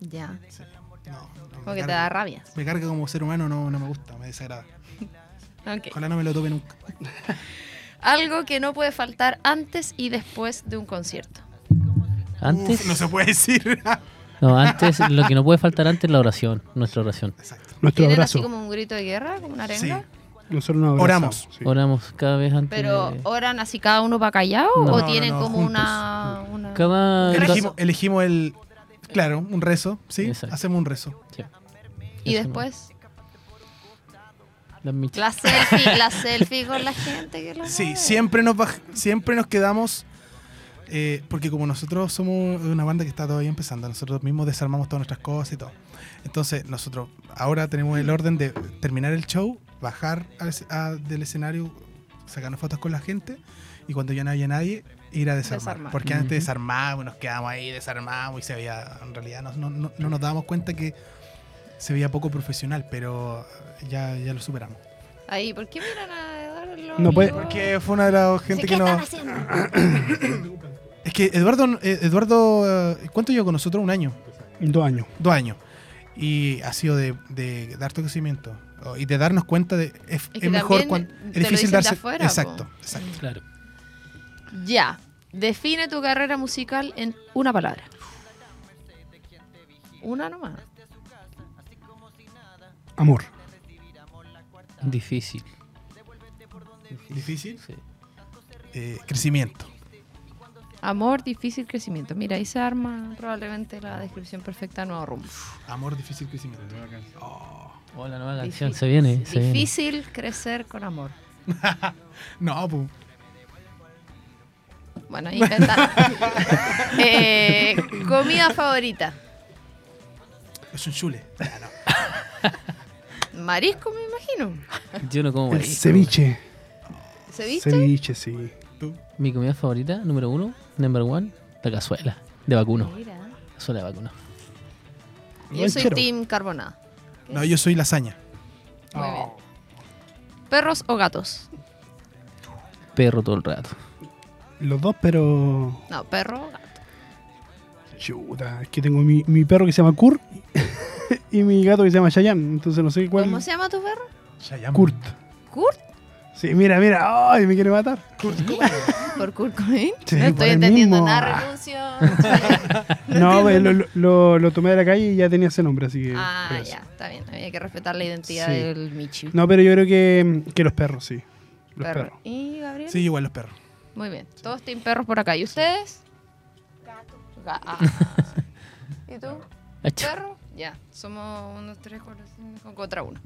A: Ya.
C: No, no, me
A: Como que te
C: carga.
A: da rabia.
C: Me carga como ser humano, no, no me gusta, me desagrada.
A: Ok.
C: Ojalá no me lo tope nunca.
A: Algo que no puede faltar antes y después de un concierto.
D: Antes,
C: Uf, no se puede decir.
D: No, antes, lo que no puede faltar antes es la oración, nuestra oración.
C: Exacto.
B: Nuestro
A: ¿Tienen así
B: abrazo.
A: como un grito de guerra, como una arenga?
C: Sí.
B: Nosotros nos abrazamos, sí.
D: Oramos cada vez antes.
A: ¿Pero
D: de-
A: oran así cada uno para callado
D: No.
A: o
C: No,
A: tienen
C: no, no,
A: como
C: juntos.
A: una, una-
D: Cada-
A: un
D: Elegimos-
A: rezo?
C: Elegimos, elegimos el. Claro, un rezo, ¿sí?
D: Exacto.
C: Hacemos un rezo.
A: Y
D: Eso
A: después
D: no, las michis.
A: la selfie, la selfie con la gente. Que la
C: Sí,
A: mueve.
C: siempre nos, baj- siempre nos quedamos. eh, porque como nosotros somos una banda que está todavía empezando, nosotros mismos desarmamos todas nuestras cosas y todo. Entonces, nosotros ahora tenemos el orden de terminar el show, bajar al es- a- del escenario, sacarnos fotos con la gente y cuando ya no haya nadie, ir a desarmar.
A: Desarmar.
C: Porque
D: Ujú.
C: antes desarmábamos, nos quedábamos ahí, desarmábamos y se veía, en realidad no, no- no- no nos dábamos cuenta que se veía poco profesional, pero ya, ya lo superamos.
A: Ahí, ¿por qué miran a Eduardo? en los
B: No puede-
A: ojos?
C: Porque fue una de las gente
A: Sí,
C: que
A: ¿Qué
C: nos...
A: están haciendo?
C: <clears throat> Es que Eduardo, eh, Eduardo, eh, ¿cuánto lleva con nosotros? Un año,
B: Dos años.
C: dos años. Y ha sido de, de dar crecimiento o- y de darnos cuenta de es,
A: que
C: es mejor
A: también
C: cuando
A: te
C: es
A: lo
C: difícil
A: dicen de
C: darse
A: afuera,
C: exacto,
A: po.
C: exacto.
D: Claro.
A: Ya, define tu carrera musical en una palabra. Una nomás. Mm.
B: Amor.
D: Difícil.
C: Difícil
D: Sí.
C: eh, crecimiento.
A: Amor, difícil crecimiento. Mira, ahí se arma probablemente la descripción perfecta de Nuevo Rumbo.
C: Amor difícil crecimiento.
D: Oh, la nueva canción. Se viene, se viene.
A: difícil crecer con amor.
C: No, po.
A: Bueno, ahí
B: <laughs>
A: intenta. Eh, comida favorita.
C: es un chule. Ah, <laughs> no.
A: Marisco, me imagino.
D: Yo no como
B: El
D: marisco.
B: ceviche.
A: ¿Ceviche?
B: Ceviche, sí.
D: Mi comida favorita, número uno, number one, la cazuela de vacuno.
A: Mira.
D: Cazuela de vacuno.
A: Yo soy
B: Ranchero.
A: team carbonada.
C: No, yo soy lasaña.
A: Muy bien. ¿Perros o gatos?
D: Perro todo el rato.
B: Los dos, pero.
A: No, perro o gato.
B: Chuta, es que tengo mi, mi perro que se llama Kurt <laughs> y mi gato que se llama Shayan. Entonces no sé cuál.
A: ¿Cómo se llama tu perro?
C: Chayam.
B: Kurt.
A: ¿Kurt?
B: Sí, mira, mira. ¡Ay, me quiere matar!
A: <laughs> ¿Por Kurt Cobain?
B: Sí,
A: no
B: por
A: estoy
B: el
A: entendiendo
B: mismo.
A: nada,
B: <laughs>
A: renuncio. Sí.
B: No, pues,
A: entiendo
B: lo, lo- lo- lo tomé de la calle y ya tenía ese nombre, así que. por
A: Ah,
B: eso.
A: ya, está bien. Había que respetar la identidad
B: Sí.
A: del Michi.
B: No, pero yo creo que, que los perros, sí. Los
A: Perro.
B: perros.
A: ¿Y Gabriel?
C: Sí, igual los perros.
A: Muy bien. Todos tienen perros por acá. ¿Y ustedes?
C: <laughs>
A: Gato. ¿Y tú?
D: Ach,
A: ¿Perro? Ya. Somos unos tres, cuatro, cinco, contra uno.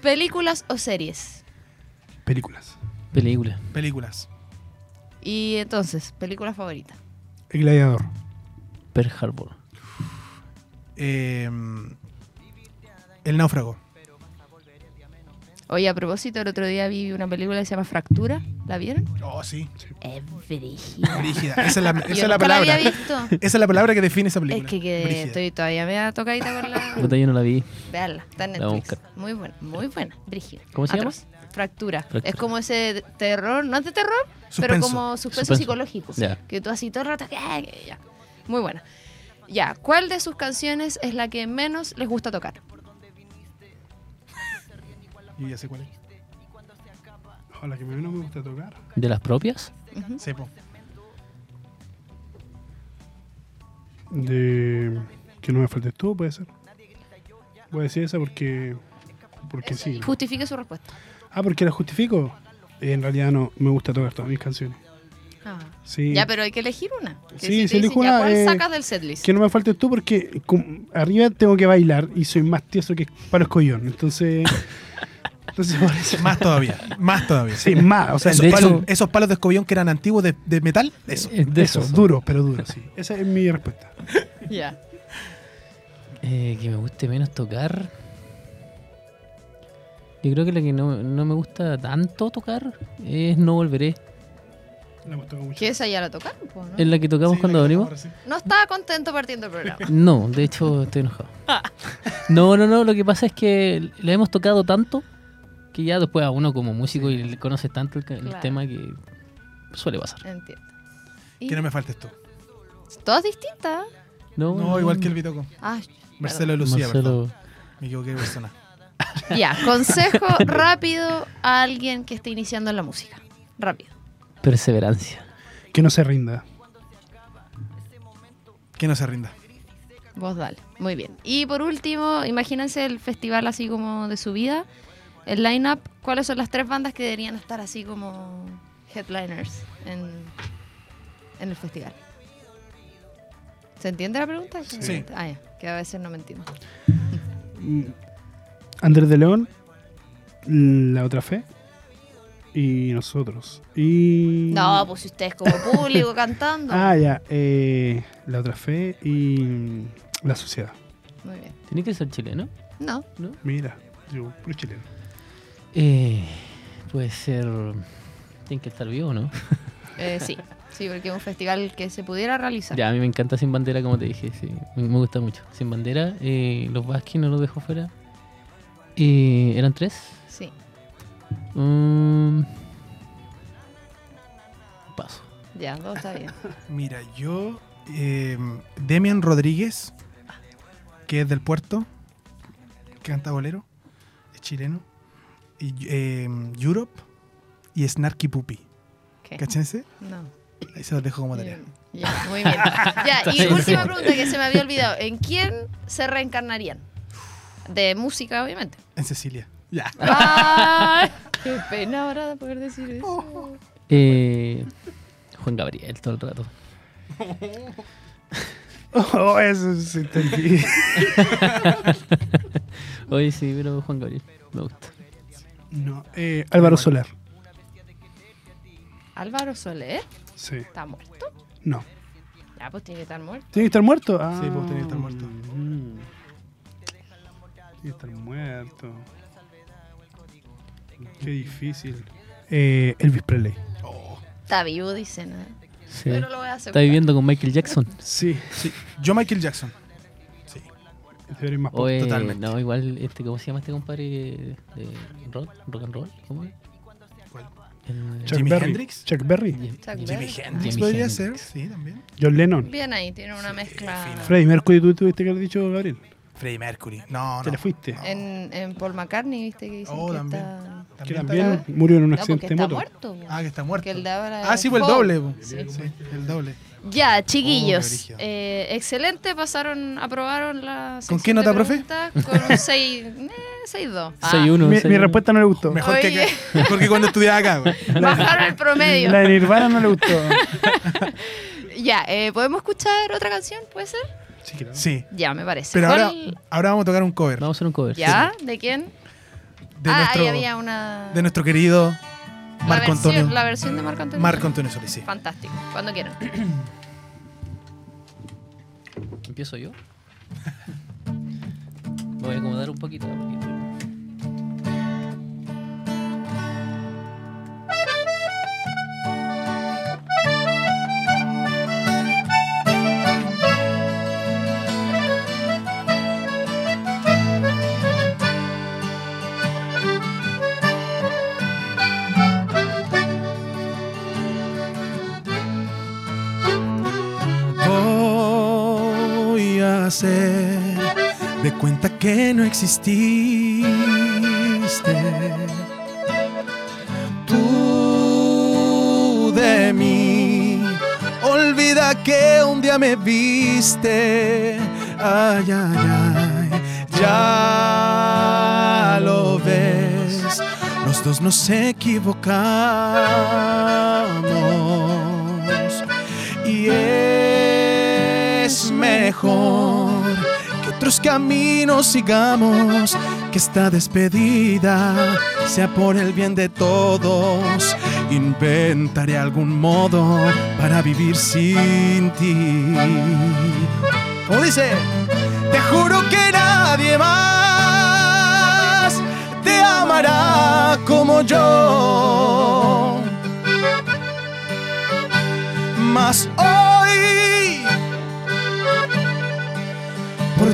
A: ¿Películas o series?
B: Películas.
D: película.
C: Películas.
A: Y entonces, película favorita.
B: El gladiador.
D: Pearl Harbor.
C: Eh, el náufrago.
A: Oye, a propósito, el otro día vi una película que se llama Fractura. ¿La vieron?
C: Oh, sí.
A: Es brígida.
C: Brígida. Esa
A: <laughs>
C: es la, esa
A: Yo
C: es
A: nunca
C: la palabra.
A: había visto.
C: Esa es la palabra que define esa
A: Es
C: <laughs> película.
A: que, que
C: Brígida.
A: estoy todavía me da tocadita con la.
D: Puta, yo no la vi.
A: Veanla, está en
D: La voy a
A: Netflix. Muy buena, muy buena, brígida.
D: ¿Cómo se llama?
A: Atroz. Fractura.
D: Fractura.
A: Es como ese terror, no es de terror, pero
C: Suspenso.
A: como suspenso,
D: Suspenso.
A: psicológico.
D: Ya.
A: Que tú así todo el rato. ya, ya, ya. Muy buena. Ya, ¿cuál de sus canciones es la que menos les gusta tocar?
C: Yo ya sé cuál es.
B: Oh, la que menos me gusta tocar.
D: ¿De las propias?
A: Ujú.
C: Sí, po.
B: De. Que no me faltes tú, puede ser. Voy a decir esa porque. Porque sí.
A: Justifique su respuesta.
B: Ah, porque la justifico. Eh, en realidad no, me gusta tocar todas mis canciones. Ah. Sí.
A: Ya, pero hay que elegir una. Que
B: Sí,
A: si te
B: se elige
A: dicen, ya,
B: una,
A: ¿Cuál
B: eh,
A: sacas del setlist?
B: Que no me faltes tú porque com- arriba tengo que bailar y soy más tieso que palo escollón. Entonces. entonces por eso-
C: Más todavía. Más todavía.
B: Sí, más. O sea,
C: esos,
D: de
C: palos,
D: hecho-
C: esos palos de escobión que eran antiguos de, de metal, eso.
D: Eh,
B: de esos,
D: son.
B: duros, pero duros, sí. Esa es mi respuesta.
A: Ya.
D: Eh, que me guste menos tocar. Yo creo que la que no, no me gusta tanto tocar es No Volveré.
B: La hemos tocado mucho.
A: Que esa ya la tocaron, po, ¿no?
D: Es la que tocamos cuando abrimos.
A: No estaba contento partiendo el programa. <laughs>
D: No, de hecho
C: <laughs>
D: estoy enojado. No, no, no, lo que pasa es que la hemos tocado tanto que ya después a uno como músico y le conoces tanto el, ca- el
A: Claro.
D: tema que suele pasar.
A: Entiendo. Y
C: Que no me faltes
A: eh,
C: tú.
A: Todas distintas.
D: No,
C: No, igual que el Bitoco.
A: Ah,
C: Marcelo de Lucía,
D: Marcelo,
C: perdón. Me equivoqué de persona.
A: Ya, consejo <laughs> rápido a alguien que esté iniciando en la música. Rápido.
D: perseverancia.
B: Que no se rinda.
C: Que no se rinda.
A: Vos dale. Muy bien. Y por último, imagínense el festival así como de su vida. El line-up. ¿Cuáles son las tres bandas que deberían estar así como headliners en, en el festival? ¿Se entiende la pregunta?
C: Sí.
A: Ah, ya. Que a veces no mentimos.
B: Mm, Andrés de León, La Otra Fe y nosotros. Y...
A: No, pues si ustedes como <laughs> público cantando.
B: Ah, ya. eh, la Otra Fe y mm, La Sociedad.
A: Muy bien.
D: Tiene que ser chileno.
A: No.
B: Mira, yo, puro chileno.
D: Eh, puede ser. Tiene que estar vivo, ¿no?
A: Eh, sí, sí, porque es un festival que se pudiera realizar.
D: Ya, a mí me encanta Sin Bandera, como te dije, sí. Me me gusta mucho. Sin Bandera, eh, los Vasquez no los dejó fuera. Eh, ¿Eran tres?
A: Sí.
D: Mm. Paso.
A: Ya, todo está bien.
C: Mira, yo. eh, Demian Rodríguez, que es del puerto, que canta bolero, es chileno. Y, eh, Europe y Snarky Puppy.
A: Ok.
C: ¿Cachense?
A: No.
C: Ahí se los dejo como tarea.
A: <laughs> Ya, muy bien. Ya,
D: Está
A: y
D: bien.
A: última pregunta que se me había olvidado. ¿En quién se reencarnarían? De música, obviamente.
C: En Cecilia. Ya.
A: ¡Ay! Qué pena ahora de poder decir eso.
D: Eh, Juan Gabriel, todo el rato.
B: <laughs> Oh, eso sí entendí.
D: Oye, sí, pero Juan Gabriel, me gusta.
B: <laughs> No, eh, Álvaro Soler.
A: Álvaro Soler
B: Sí.
A: está muerto.
B: No.
A: Ya, pues tiene que estar muerto.
B: ¿Tiene que estar muerto? Ah,
C: Sí, pues, tiene que estar muerto.
B: mm. Tiene que estar muerto. Qué difícil. Eh, Elvis Presley.
A: Está vivo, dicen. ¿eh?
D: Sí.
A: Pero lo voy a
D: Está
A: asegurar.
D: viviendo con Michael Jackson.
B: Sí,
C: Sí. <laughs> Yo, Michael Jackson. Sí.
B: te veré más pop.
D: O, eh,
C: Totalmente.
D: No, igual, este, ¿cómo se llama este compadre de rock, rock and roll? ¿Cómo es?
C: ¿Cuál?
D: El-
B: Chuck
C: Jimi
B: Berry.
C: Hendrix.
B: Chuck Berry.
D: Jim-
A: Chuck
C: Jimi
A: Berry.
C: Hendrix
D: Jimi
C: podría
D: Hendrix.
C: ser. Sí, también.
B: John Lennon.
A: Bien ahí, tiene una mezcla
C: fino.
B: Freddy Mercury, tú tuviste que haber dicho, Gabriel.
C: Freddie Mercury. No,
B: Te
C: no.
B: le fuiste.
A: en, en Paul McCartney, viste que dicen
C: Oh,
A: que
C: también.
A: está...
B: Que
C: También
B: también
A: está-
B: murió en un
A: No, porque
B: accidente de
A: está
B: moto.
A: muerto. po.
C: Ah, que está muerto.
A: Que el de ahora
C: Ah,
A: es
C: sí, fue el
A: joven.
C: doble. po.
A: Sí.
C: Sí, el doble.
A: Ya,
C: Oh, qué
A: chiquillos.
C: brígido.
A: eh, excelente, pasaron, aprobaron la.
C: ¿Con
A: sección
C: qué
A: de
C: nota, profe?
A: preguntas, Con
C: <laughs>
A: un 6. Eh, 6-2. Ah,
D: Soy uno,
B: Mi,
D: soy
B: mi
D: uno.
B: respuesta no le gustó.
C: Mejor que,
A: Oye.
C: que- mejor que cuando estudiaba acá. güey.
A: Bajaron el promedio.
B: <laughs> La de Nirvana no le gustó.
A: <laughs> Ya, eh, ¿podemos escuchar otra canción? ¿Puede ser?
B: Sí, claro.
C: Sí.
A: Ya, me parece.
C: Pero
A: ¿Cuál-
C: ahora, ahora vamos a tocar un cover
D: Vamos a hacer un cover.
A: ¿Ya? ¿De quién?
C: de,
A: ah,
C: nuestro,
A: ahí había una.
C: de nuestro querido
A: la
C: Marco
A: versión-
C: Antonio.
A: La versión de Marco Antonio.
C: Marco Antonio Solís. sí.
A: Fantástico, cuando quieran.
D: sí. ¿Empiezo yo? Me voy a acomodar un poquito. porque-
C: Voy a hacer de cuenta que no exististe. Tú de mí, olvida que un día me viste. Ay, ay, ay, ya lo ves. Los dos nos equivocamos y es mejor que otros caminos sigamos, que esta despedida sea por el bien de todos. Inventaré algún modo para vivir sin ti. ¿Cómo dice? Te juro que nadie más te amará como yo. Mas hoy por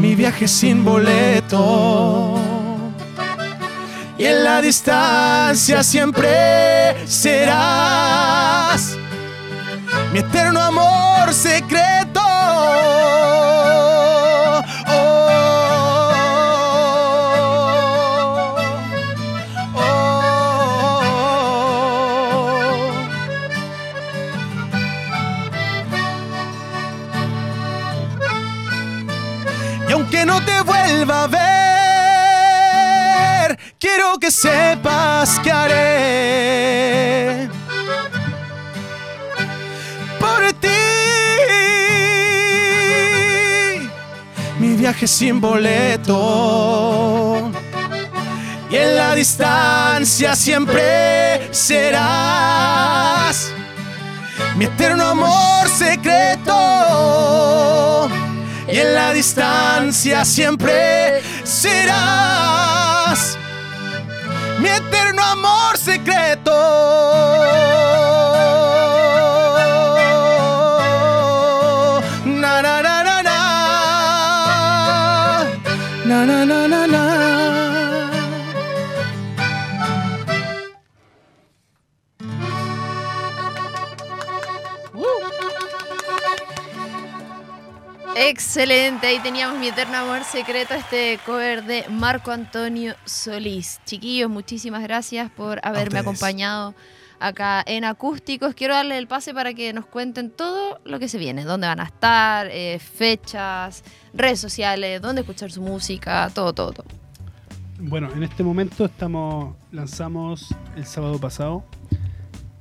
E: mi viaje sin boleto. Y en la distancia siempre serás mi eterno amor secreto. Oh, oh, oh. Y aunque no te vuelva a ver, quiero que sepas que haré por ti mi viaje sin boleto. Y en la distancia siempre serás mi eterno amor secreto y en la distancia siempre serás mi eterno amor secreto. Na, na, na, na, na. Na, na, na, na, na.
A: Excelente, ahí teníamos mi eterno amor secreto, este cover de Marco Antonio Solís. Chiquillos, muchísimas gracias por haberme
C: ustedes.
A: acompañado acá en Acústicos. Quiero darle el pase para que nos cuenten todo lo que se viene, dónde van a estar, eh, fechas, redes sociales, dónde escuchar su música, todo, todo, todo.
B: Bueno, en este momento estamos. Lanzamos el sábado pasado.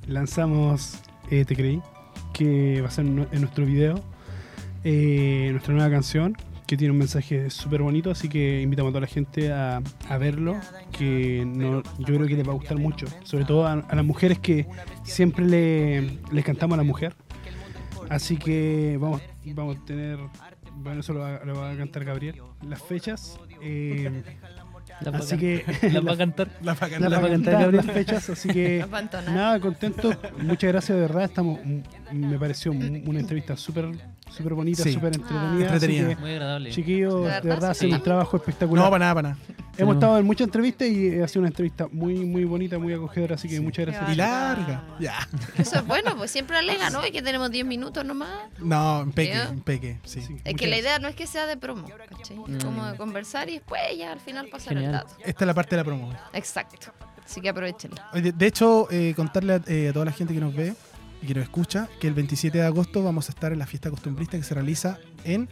B: Lanzamos eh, Te Creí, que va a ser nu- en nuestro video. eh, nuestra nueva canción, que tiene un mensaje súper bonito, así que invitamos a toda la gente a, a verlo, que no- yo creo que les va a gustar mucho, sobre todo a, a las mujeres que siempre le, les cantamos a la mujer. Así que vamos, vamos a tener, bueno, eso lo va, lo va a cantar Gabriel, las fechas. eh,
D: La va a
B: así
D: can-
B: que
D: la va a cantar.
C: <laughs> La
D: la
B: la va a
D: cantar
B: cantar
D: Gabriel.
B: las fechas, así que
A: <laughs> Nos va a entonar.
B: nada, contento. Muchas gracias, de verdad. Estamos, mm, me pareció un- una entrevista súper súper bonita,
C: Sí.
B: súper entretenida. así
C: Entretenida.
D: Muy agradable.
B: que, chiquillos,
A: De
B: de
A: verdad,
B: verdad,
A: sí.
B: hacen un trabajo espectacular.
C: No, para nada, para nada.
B: Hemos estado en muchas entrevistas y eh, ha sido una entrevista muy muy bonita, muy acogedora, así que muchas gracias.
C: Y larga. Ya.
A: Eso es bueno, pues siempre alega, ¿no? Y que tenemos 10 minutos nomás.
C: No, peque,
A: ¿Yo?
C: peque, sí.
B: Sí,
A: Es que
B: muchas
A: la idea no es que sea de promo, ¿cachai? Es como
C: Mm.
A: de conversar y después ya al final pasar el
D: Genial.
A: dato.
C: Esta es la parte de la promo.
A: Exacto. Así que aprovechenlo.
C: Oye, De hecho, eh, contarle a, eh, a toda la gente que nos ve y que nos escucha que el 27 de agosto vamos a estar en la fiesta costumbrista que se realiza en.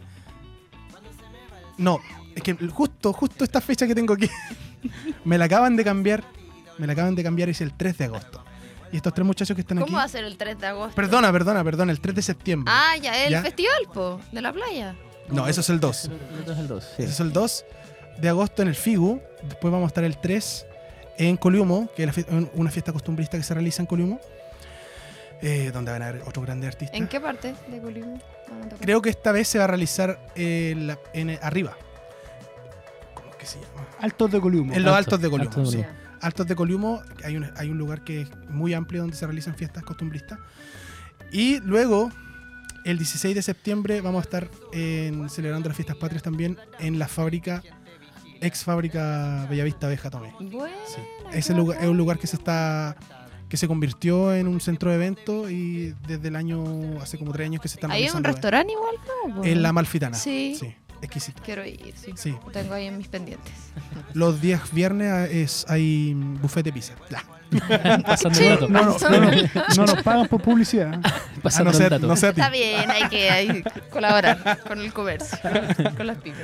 C: No, es que justo, justo esta fecha que tengo aquí <laughs> me la acaban de cambiar. Me la acaban de cambiar, es el 3 de agosto. Y estos tres muchachos que están
A: ¿Cómo va a
C: aquí.
A: ser el 3 de agosto?
C: Perdona, perdona, perdona, el 3 de septiembre.
A: Ah, ya, el
C: ¿Ya?
A: festival, po, de la playa.
C: No, eso es el 2.
D: El otro es el dos, sí.
C: Ese es el 2 de agosto en el FIGU. Después vamos a estar el 3 en Coliumo, que es la fie- un- una fiesta costumbrista que se realiza en Coliumo, eh, donde van a haber otros grandes artistas.
A: ¿En qué parte de Colima? van a tocar?
C: Creo que esta vez se va a realizar en la- en el- arriba. ¿Cómo es que se llama?
B: gracias. Altos de Columo.
C: En los
D: Alto,
C: altos de Coliumo.
D: alto de
C: sí.
D: Coliumo.
C: Altos de Coliumo, hay un, hay un lugar que es muy amplio donde se realizan fiestas costumbristas. Y luego, el 16 de septiembre, vamos a estar en- celebrando las fiestas patrias también en la fábrica, ex fábrica Bellavista Abeja Tomé.
A: Bueno,
C: Sí.
A: qué
C: Ese lugar, es
A: bacán.
C: un lugar que se está que se convirtió en un centro de eventos y desde el año, hace como tres años que se están
A: Ahí hay un
C: realizando
A: restaurante
C: eventos.
A: igual, ¿no? po?
C: En la Malfitana.
A: Sí.
C: exquisito.
A: Quiero ir, sí.
C: Sí.
A: Lo Tengo ahí en mis pendientes.
C: Los días viernes ah, es, hay mm, buffet de pizza. Ya.
D: Pasando
A: Sí.
D: el dato.
B: No, no, no, no, <laughs> no nos pagan por publicidad. ¿eh?
C: A
D: Pasando
C: Ah, no
D: el
C: ser,
D: dato.
C: no ser a ti.
A: Está bien, hay que hay que colaborar con el comercio, con las picas.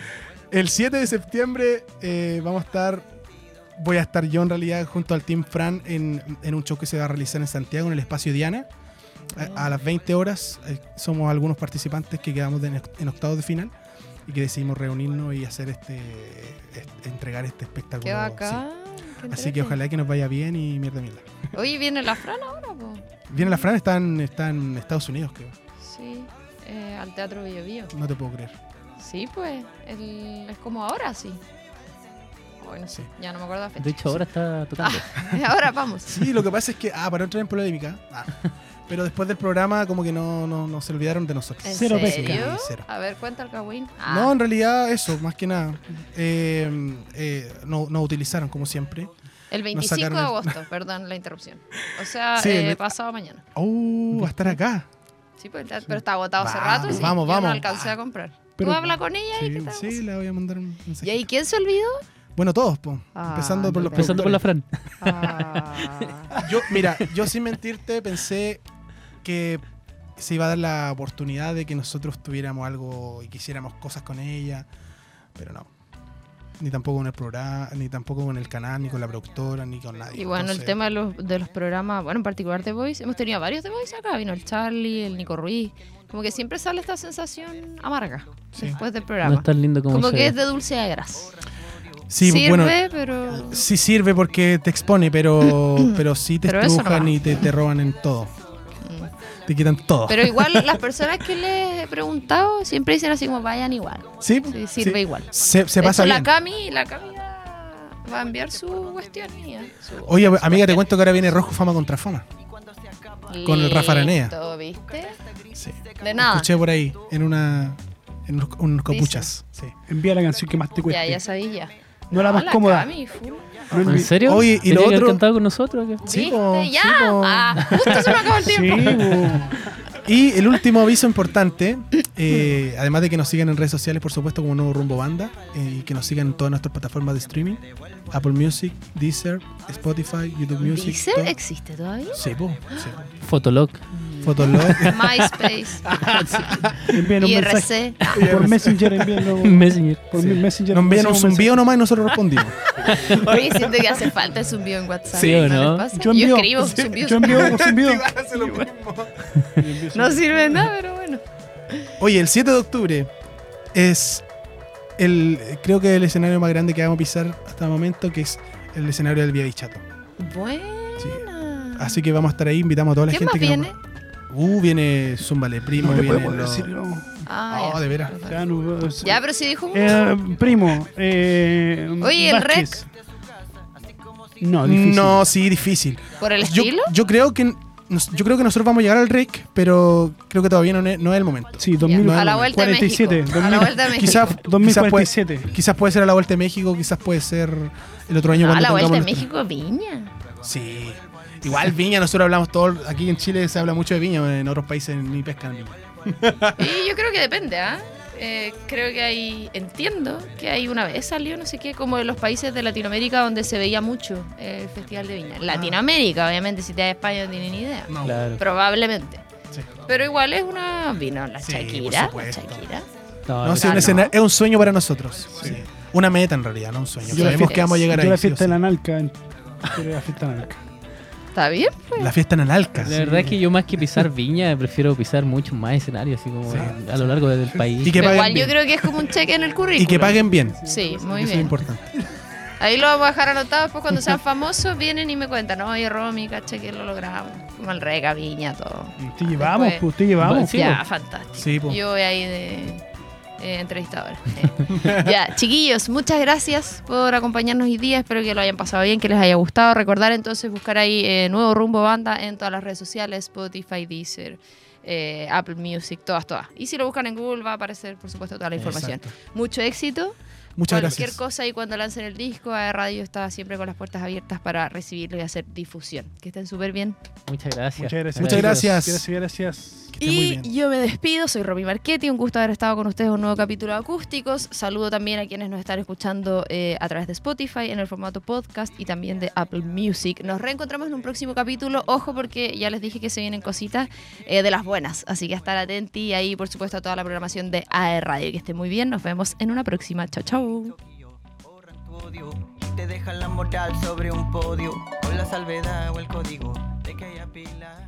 C: El 7 de septiembre eh, vamos a estar. Voy a estar yo en realidad junto al Team Fran en, en un show que se va a realizar en Santiago, en el espacio Diana.
A: Ah.
C: A, a las 20 horas eh, somos algunos participantes que quedamos en, en octavos de final y que decidimos reunirnos y hacer este. est- entregar este espectáculo.
A: Qué bacán.
C: sí.
A: qué
C: Así que
A: entrete.
C: ojalá que nos vaya bien y mierda, mierda.
A: Oye, viene la Fran ahora, po.
C: Viene la Fran, está en, está en Estados Unidos, creo.
A: Sí, eh, al Teatro Bio Bio.
C: No te puedo creer.
A: Sí, pues, el- es como ahora, sí. Bueno, sí,
C: Sí.
A: ya no me acuerdo la fecha.
F: Ah.
D: De hecho, ahora está tocando.
A: <laughs> ahora vamos.
C: Sí, lo que pasa es que, ah, para no entrar en polémica, ah, Pero después del programa, como que no, no, no se olvidaron de nosotros.
F: ¿En
G: Cero pesca.
F: serio? Ah.
C: Sí, cero.
F: A ver, cuenta el Kawin.
C: No, en realidad, eso, más que nada. Eh, eh, no, no utilizaron, como siempre.
F: el
C: nos
F: 25
C: sacaron
F: de
C: el- <laughs>
F: agosto, perdón la interrupción. O sea,
C: Sí,
F: eh,
C: el-
F: pasado mañana.
C: ¡Oh! Va a estar acá.
F: Sí, pues, está- pero está agotado hace
C: Vamos,
F: rato. sí.
C: vamos,
F: Yo no
C: vamos. Ah,
F: alcancé a comprar.
C: Pero-
F: Tú habla con ella y
C: Sí,
F: qué tal.
C: sí, le voy a mandar un
F: ¿Y
C: mensaje.
F: ahí quién se
C: <laughs>
F: olvidó?
C: Bueno, todos, po.
F: Ah,
C: empezando por los
D: Empezando por la
C: productores.
D: Fran.
F: Ah.
C: Yo, mira, yo sin mentirte pensé que se iba a dar la oportunidad de que nosotros tuviéramos algo y quisiéramos cosas con ella, pero no. Ni tampoco con el programa, ni tampoco con el canal, ni con la productora, ni con nadie.
F: Y bueno, el
C: Entonces,
F: tema de los, de los programas, bueno, en particular de Voice, hemos tenido varios de Voice acá, vino el Charlie, el Nico Ruiz, como que siempre sale esta sensación amarga
C: Sí.
F: después del
D: No
F: programa.
D: es tan lindo como,
F: como
D: se
F: que
D: ve.
F: es de dulce a gras.
C: Sí, pues,
F: Sirve,
C: bueno,
F: pero...
C: sí sirve porque te expone, pero,
F: <clears throat>
C: pero sí te
F: Pero eso
C: estrujan
F: nomás. Mm.
C: y te, te roban en todo. Te quitan todo.
F: Pero igual las personas que les he preguntado siempre dicen así como vayan igual.
C: sí,
F: Sí, sirve igual.
C: Se, se
F: De
C: pasa
F: hecho,
C: bien.
F: la Cami, la Cami va va a enviar su cuestión mía. su-
C: Oye, amiga, te cuento que ahora viene Rojo Fama contra Fama. con el Rafa Aranea.
F: Listo, ¿viste?
C: Sí.
F: De nada.
C: Escuché por ahí, en una. En unos, unos copuchas. Sí.
B: Envía la canción que más te cueste.
F: Ya, ya sabía. ya.
B: No la más
F: la
B: cómoda.
F: Cami, full.
B: No envi-
D: ¿En serio?
C: Oye, ¿y
D: ¿Tenía
C: lo
D: que haber
C: otro?
D: cantado con nosotros? ¿o qué?
C: Sí,
F: ¿Viste?
C: po,
F: ya.
C: sí, po.
F: Ah, justo se me
C: <laughs>
F: acabó el
B: Sí,
F: tiempo.
B: bo.
C: Y el último aviso importante, eh, además de que nos sigan en redes sociales, por supuesto, como Nuevo Rumbo Banda, eh, y que nos sigan en todas nuestras plataformas de streaming: Apple Music, Deezer, Spotify, YouTube Music.
F: ¿Deezer
C: todo.
F: existe todavía?
C: Sí, po, sí, po.
D: Fotolog.
C: Fotolog. <laughs>
F: MySpace,
B: Envíen un mensaje.
F: IRC.
C: <laughs>
B: Por Messenger, envíenlo.
D: <laughs> Messenger.
B: Por
C: Sí.
B: Messenger.
C: Nos envían
B: envíen
C: un zumbido nomás y nosotros respondimos.
F: Oye, siento que hace falta el zumbido en WhatsApp.
D: Sí, ¿o
F: les
D: no?
F: pasa? Yo,
B: Yo envío.
F: escribo
B: sí,
F: zumbido.
B: Yo envío
F: <laughs>
B: un zumbido.
C: <laughs>
F: No sirve de nada, pero bueno.
C: Oye, el 7 de octubre es el creo que el escenario más grande que vamos a pisar hasta el momento, que es el escenario del Vía Bichato.
F: Buena.
C: Sí. Así que vamos a estar ahí, invitamos a toda la
F: ¿Quién
C: gente
F: más
C: que nos-
F: viene?
C: Uh, viene Zumbale Primo,
B: No le
C: viene
B: podemos
C: los-
B: decir, no.
F: Ah,
C: Oh, de veras.
F: Ajá.
B: Ya, no, eh,
F: Ya, pero si dijo uno.
B: eh, primo, eh,
F: Oye, el
B: Vázquez. No, difícil.
C: No, sí, difícil.
F: ¿Por el
C: Yo,
F: estilo?
C: yo creo que nos- yo creo que nosotros vamos a llegar al REC, pero creo que todavía no, ne- no es el momento.
B: Sí,
F: Ya, a la vuelta
B: 2047.
F: de México. A la vuelta de México.
C: Quizás quizás puede,
B: 2047.
C: quizás puede ser a la Vuelta de México, quizás puede ser el otro año
F: No, a
C: cuando
F: Ah, la
C: tengamos
F: vuelta de
C: nuestro-
F: México, Viña.
C: Sí. Igual viña, nosotros hablamos todo. Aquí en Chile se habla mucho de viña, en otros países ni pescan viña.
F: Y yo creo que depende, ¿ah? Eh, creo que hay, entiendo que hay una vez salió, no sé qué, como de los países de Latinoamérica donde se veía mucho eh, el Festival de Viña. Latinoamérica, obviamente, si te das España no tienen ni idea.
C: Ah. No.
D: Claro.
F: Probablemente.
C: Sí.
F: Pero igual es una vino, la
C: Sí, por
F: Shakira. La
C: supuesto.
F: Shakira.
D: No,
C: No,
D: Ah, no.
C: sí, un
F: no.
C: escena- es un sueño para nosotros. Sí. Una meta en realidad, no un sueño.
F: Yo la
C: Sabemos
F: fiesta-
C: que vamos a llegar
B: Yo
C: ahí.
B: la
C: sí o
B: fiesta
C: sí.
B: en la Nalca. en- Yo la fiesta en la Nalca.
F: ¿Está bien? pues.
C: La fiesta en Analca.
D: La verdad es que yo más que pisar viña, prefiero pisar muchos más escenarios, así como
C: Sí.
D: a lo largo del país.
C: Y que
F: Pero
C: paguen
F: igual yo
C: bien.
F: creo que es como un cheque en el currículum.
C: Y que paguen bien.
F: Sí, muy
C: Eso es
F: bien.
C: importante.
F: Ahí lo vamos a dejar anotado, después cuando sean famosos vienen y me cuentan, oye Romy, caché que lo logramos, como el rega, viña, todo.
B: Te llevamos,
F: Después-
B: pues, te llevamos.
D: Sí,
F: ya,
D: po.
F: fantástico.
C: Sí, po.
F: Yo voy ahí de eh,
C: <laughs>
F: entrevistadora. Eh. ya, chiquillos, muchas gracias por acompañarnos hoy día, espero que lo hayan pasado bien, que les haya gustado. Recordar entonces buscar ahí eh, Nuevo Rumbo Banda en todas las redes sociales, Spotify, Deezer. eh, Apple Music, todas, todas. Y si lo buscan en Google va a aparecer, por supuesto, toda la información. Mucho éxito.
C: Muchas
F: cualquier
C: gracias.
F: cosa y cuando lancen el disco, AE Radio está siempre con las puertas abiertas para recibirlo y hacer difusión. Que estén súper bien.
D: Muchas gracias.
B: Muchas gracias.
C: Muchas gracias.
B: Gracias, gracias.
C: Que esté muy
F: Y
C: bien.
F: yo me despido, soy Romy Marchetti, un gusto haber estado con ustedes en un nuevo capítulo de Acústicos. Saludo también a quienes nos están escuchando eh, a través de Spotify en el formato podcast y también de Apple Music. Nos reencontramos en un próximo capítulo, ojo porque ya les dije que se vienen cositas eh, de las buenas, así que estar atenti y ahí por supuesto a toda la programación de AE Radio. Que esté muy bien, nos vemos en una próxima. Chao, chao.
E: Tokio, borran tu odio y te dejan la moral sobre un podio con la salvedad o el código de que hay pila.